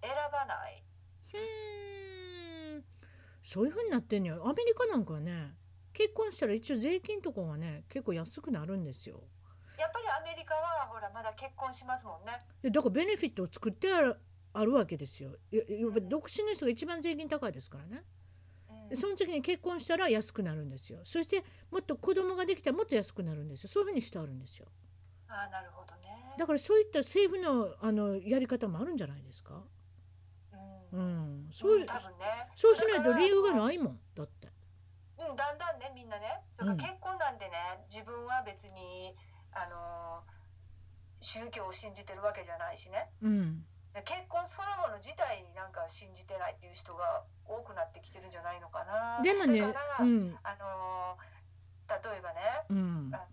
選ばない、うーんそういうふうになってんねやアメリカなんかはね結婚したら一応税金とかがね結構安くなるんですよやっぱりアメリカはほらまだ結婚しますもんねでだからベネフィットを作ってあるあるわけですよいややっぱり独身の人が一番税金高いですからねうんでその時に結婚したら安くなるんですよそしてもっと子供ができたらもっと安くなるんですよそういうふうにしてあるんですよああなるほどねだからそういった政府のあのやり方もあるんじゃないですかうん、ううんんそう,、多分ねそうしないと理由ないがないもんだってうん、だんだんねみんなねそれから結婚なんてね、自分は別にあのー宗教を信じてるわけじゃないしねうんで結婚そのもの自体になんか信じてないっていう人が多くなってきてるんじゃないのかなでもねだから、うんあのー例えばねうんあの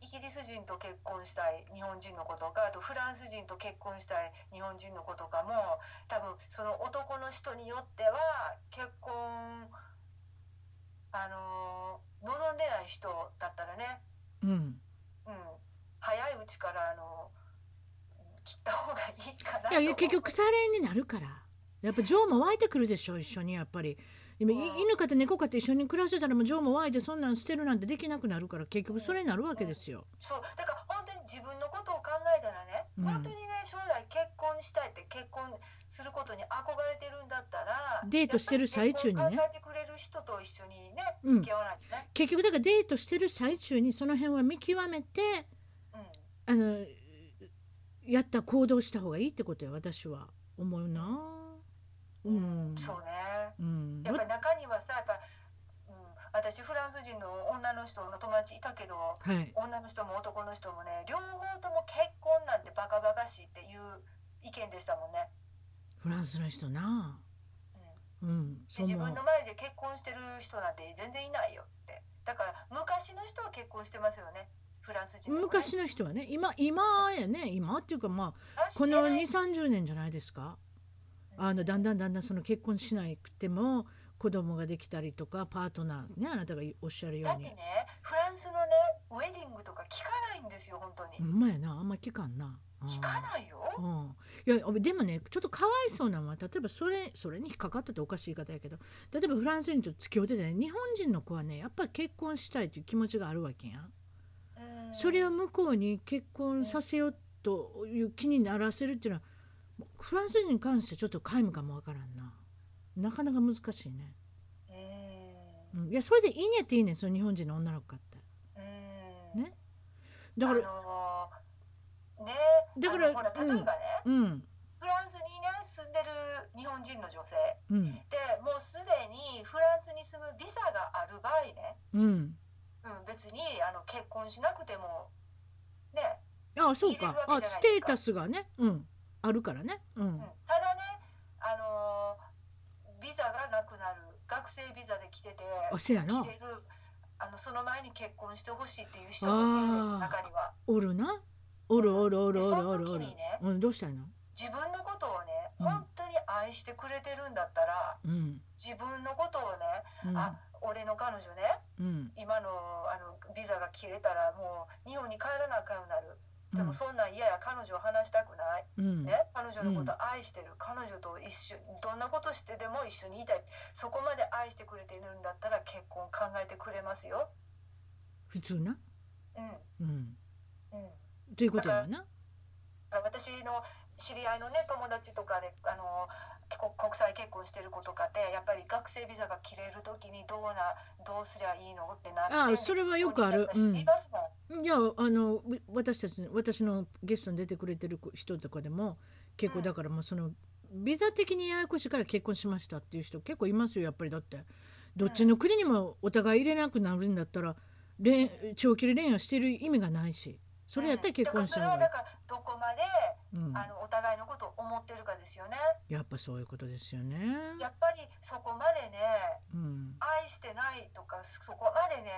イギリス人と結婚したい日本人の子とかあとフランス人と結婚したい日本人の子とかも多分その男の人によっては結婚あのー望んでない人だったらね、うんうん、早いうちからあの切った方がいいかないとやいや結局腐れ縁になるからやっぱ情も湧いてくるでしょ一緒にやっぱり今いうん犬かて猫かって一緒に暮らしてたらもう情も湧いてそんなん捨てるなんてできなくなるから結局それになるわけですよ。そうだから本当に自分のことを考えたらね、うん本当にね将来結婚したいって結婚することに憧れてるんだったらデートしてる最中にねやっぱり結婚を考えてくれる人と一緒にねうん付き合わないとね、結局だからデートしてる最中にその辺は見極めてうんあのやった行動した方がいいってことや私は思うな。うんそうねうんやっぱり中にはさやっぱ、うん、私フランス人の女の人の友達いたけどはい、女の人も男の人もね両方とも結婚なんてバカバカしいっていう意見でしたもんね。フランスの人な。うん、でそう自思う分の前で結婚してる人なんて全然いないよってだから昔の人は結婚してますよねフランス人はね、昔の人はね今今やね今っていうかまああしてこのな2い三3 0年じゃないですかあのだんだんだんだんその結婚しなくても子供ができたりとかパートナーねあなたがおっしゃるよだっうてにねフランスのねウェディングとか聞かないんですよ本当ほにんまやなあんま聞かんな。うん聞かないようん、いやでもねちょっとかわいそうなのは例えばそれそれに引っかかったっておかしい言い方やけど例えばフランス人と付き合うててね日本人の子はねやっぱり結婚したいという気持ちがあるわけやん。うんそれを向こうに結婚させようという気にならせるっていうのはフランス人に関してちょっと皆無かもわからんななかなか難しいね、うんうん、いやそれでいいねっていいねその日本人の女の子かってうんねだからあのーねだからあのほら例えばね、うんフランスにね住んでる日本人の女性うんでもうすでにフランスに住むビザがある場合ね、うんうん、別にあの結婚しなくてもね、あそういいかですわけじゃないあですスかテータスがねうんあるからねううんん、ただね、あのービザがなくなる学生ビザで来ててあせやな来れるあのその前に結婚してほしいっていう人もいるんですあー中にはおるなおるおるおるおるおるおそのる時にねうんどうしたいの自分のことをねうん本当に愛してくれてるんだったらうん自分のことをうね、んあ俺の彼女ねうん今のあのビザが切れたらもう日本に帰らなあかんようになるでうもんそんなん嫌や彼女を話したくないうんね、彼女のことを愛してる、彼女と一緒どんなことしてでも一緒にいたいそこまで愛してくれているんだったら結婚考えてくれますよ、普通なうんうん、うんだということやわなから私の知り合いのね友達とかであの結構国際結婚してる子とかでやっぱり学生ビザが切れる時にどうなどうすりゃいいのってなってあそれはよくある私うんいますもん、いやあのう私たちの私のゲストに出てくれてる子人とかでも結構だからもうそのビザ的にややこしいから結婚しましたっていう人結構いますよやっぱりだってどっちの国にもお互い入れなくなるんだったら恋長距離恋愛をしてる意味がないしそれやったら結婚したうん方がいだいからそれはだからどこまで、うんあのお互いのことを思ってるかですよねやっぱそういうことですよね。やっぱりそこまでねうん愛してないとかそこまでね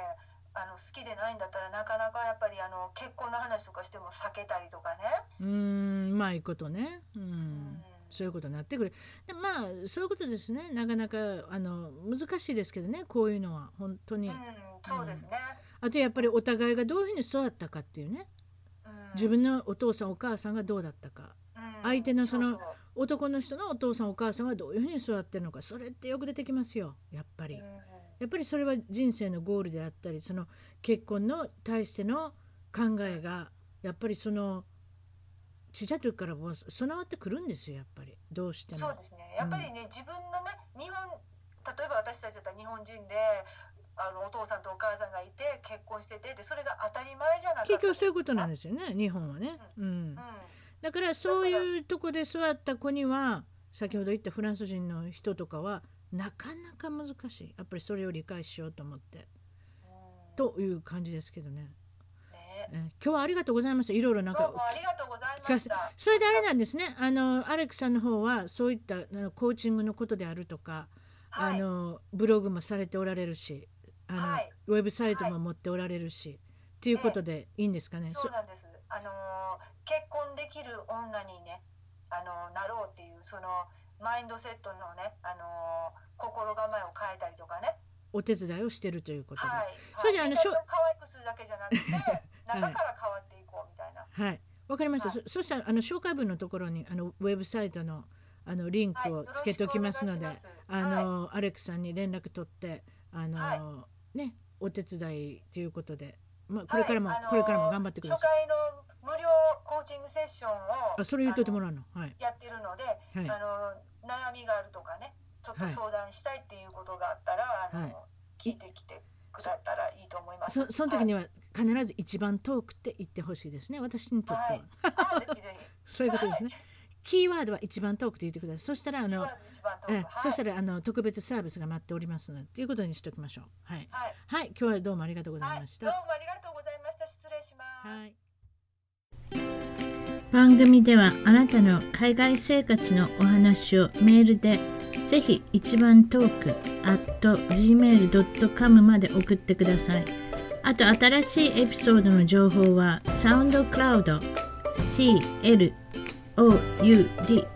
あの好きでないんだったらなかなかやっぱりあの結婚の話とかしても避けたりとかね、うーんまあいいことね、うんんそういうことになってくるでまあそういうことですねなかなかあの難しいですけどねこういうのは本当に。うん、そうですね、あとやっぱりお互いがどういうふうに育ったかっていうねうん自分のお父さんお母さんがどうだったかうん相手のそのうう男の人のお父さんお母さんはどういうふうに育ってるのかそれってよく出てきますよやっぱりうん。やっぱりそれは人生のゴールであったりその結婚の対しての考えがやっぱりそのちっちゃい時からもう備わってくるんですよやっぱりどうしても。そうですねやっぱりね、自分のね日本例えば私たちだったら日本人であのお父さんとお母さんがいて結婚しててでそれが当たり前じゃなかった結局そういうことなんでですよね日本はね。うんす、だからそういうとこで育った子には先ほど言ったフランス人の人とかはなかなか難しいやっぱりそれを理解しようと思ってうんうんという感じですけどねね、はい。えー今日はありがとうございましたいろいろなんどうかもありがとうござい聞かませしてた。それであれなんですねあのアレックさんの方はそういったあのコーチングのことであるとか、はいあのブログもされておられるしあの、はいウェブサイトも持っておられるし、っていうことでいいんですかね。そうなんです。あのー結婚できる女にね、あのーなろうっていうそのマインドセットのね、あのー心構えを変えたりとかね。お手伝いをしてるということで、はい。はい それじゃああの見しょた目を可愛くするだけじゃなく て、中から変わっていこうみたいな。はい、わかりました。はいそそしたらあの紹介文のところにあのウェブサイトのあのリンクをつけておきますので、はいよろしくお願いしまあすの、アレックさんに連絡取ってあの、はねお手伝いということで、まあこれからも、これからも頑張ってください。い。あのー初回の無料コーチングセッションをあそれ言っといてもあのらうの。はい。やってるので、いあのー悩みがあるとかね、ちょっと相談したいっていうことがあったら、あのーは聞いてきてくだったらいいと思います。そその時には必ず一番遠くって言ってほしいですね。私にとっては、はい。あぜひぜひ。 そういうことですね。キーワードは一番遠くって言ってください。そしたらあの、まず一番遠くええそしたららあの特別サービスが待っておりますのでということにしておきましょう。はい。はい、はい、今日はどうもありがとうござはいい、ましどた。うもありがとうございました。失礼します。はい。番組ではあなたの海外生活のお話をメールでぜひ一番トーク gmail.com まで送ってくださいあと新しいエピソードの情報はサウンドクラウド CLOUD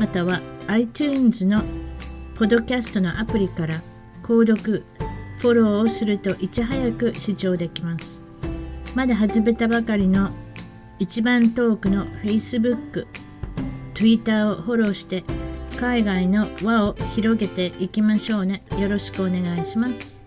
または iTunes のポッドキャストのアプリから購読フォローをするといち早く視聴できますまだ始めたばかりの一番トークの Facebook、Twitter をフォローして海外の輪を広げていきましょうね。よろしくお願いします。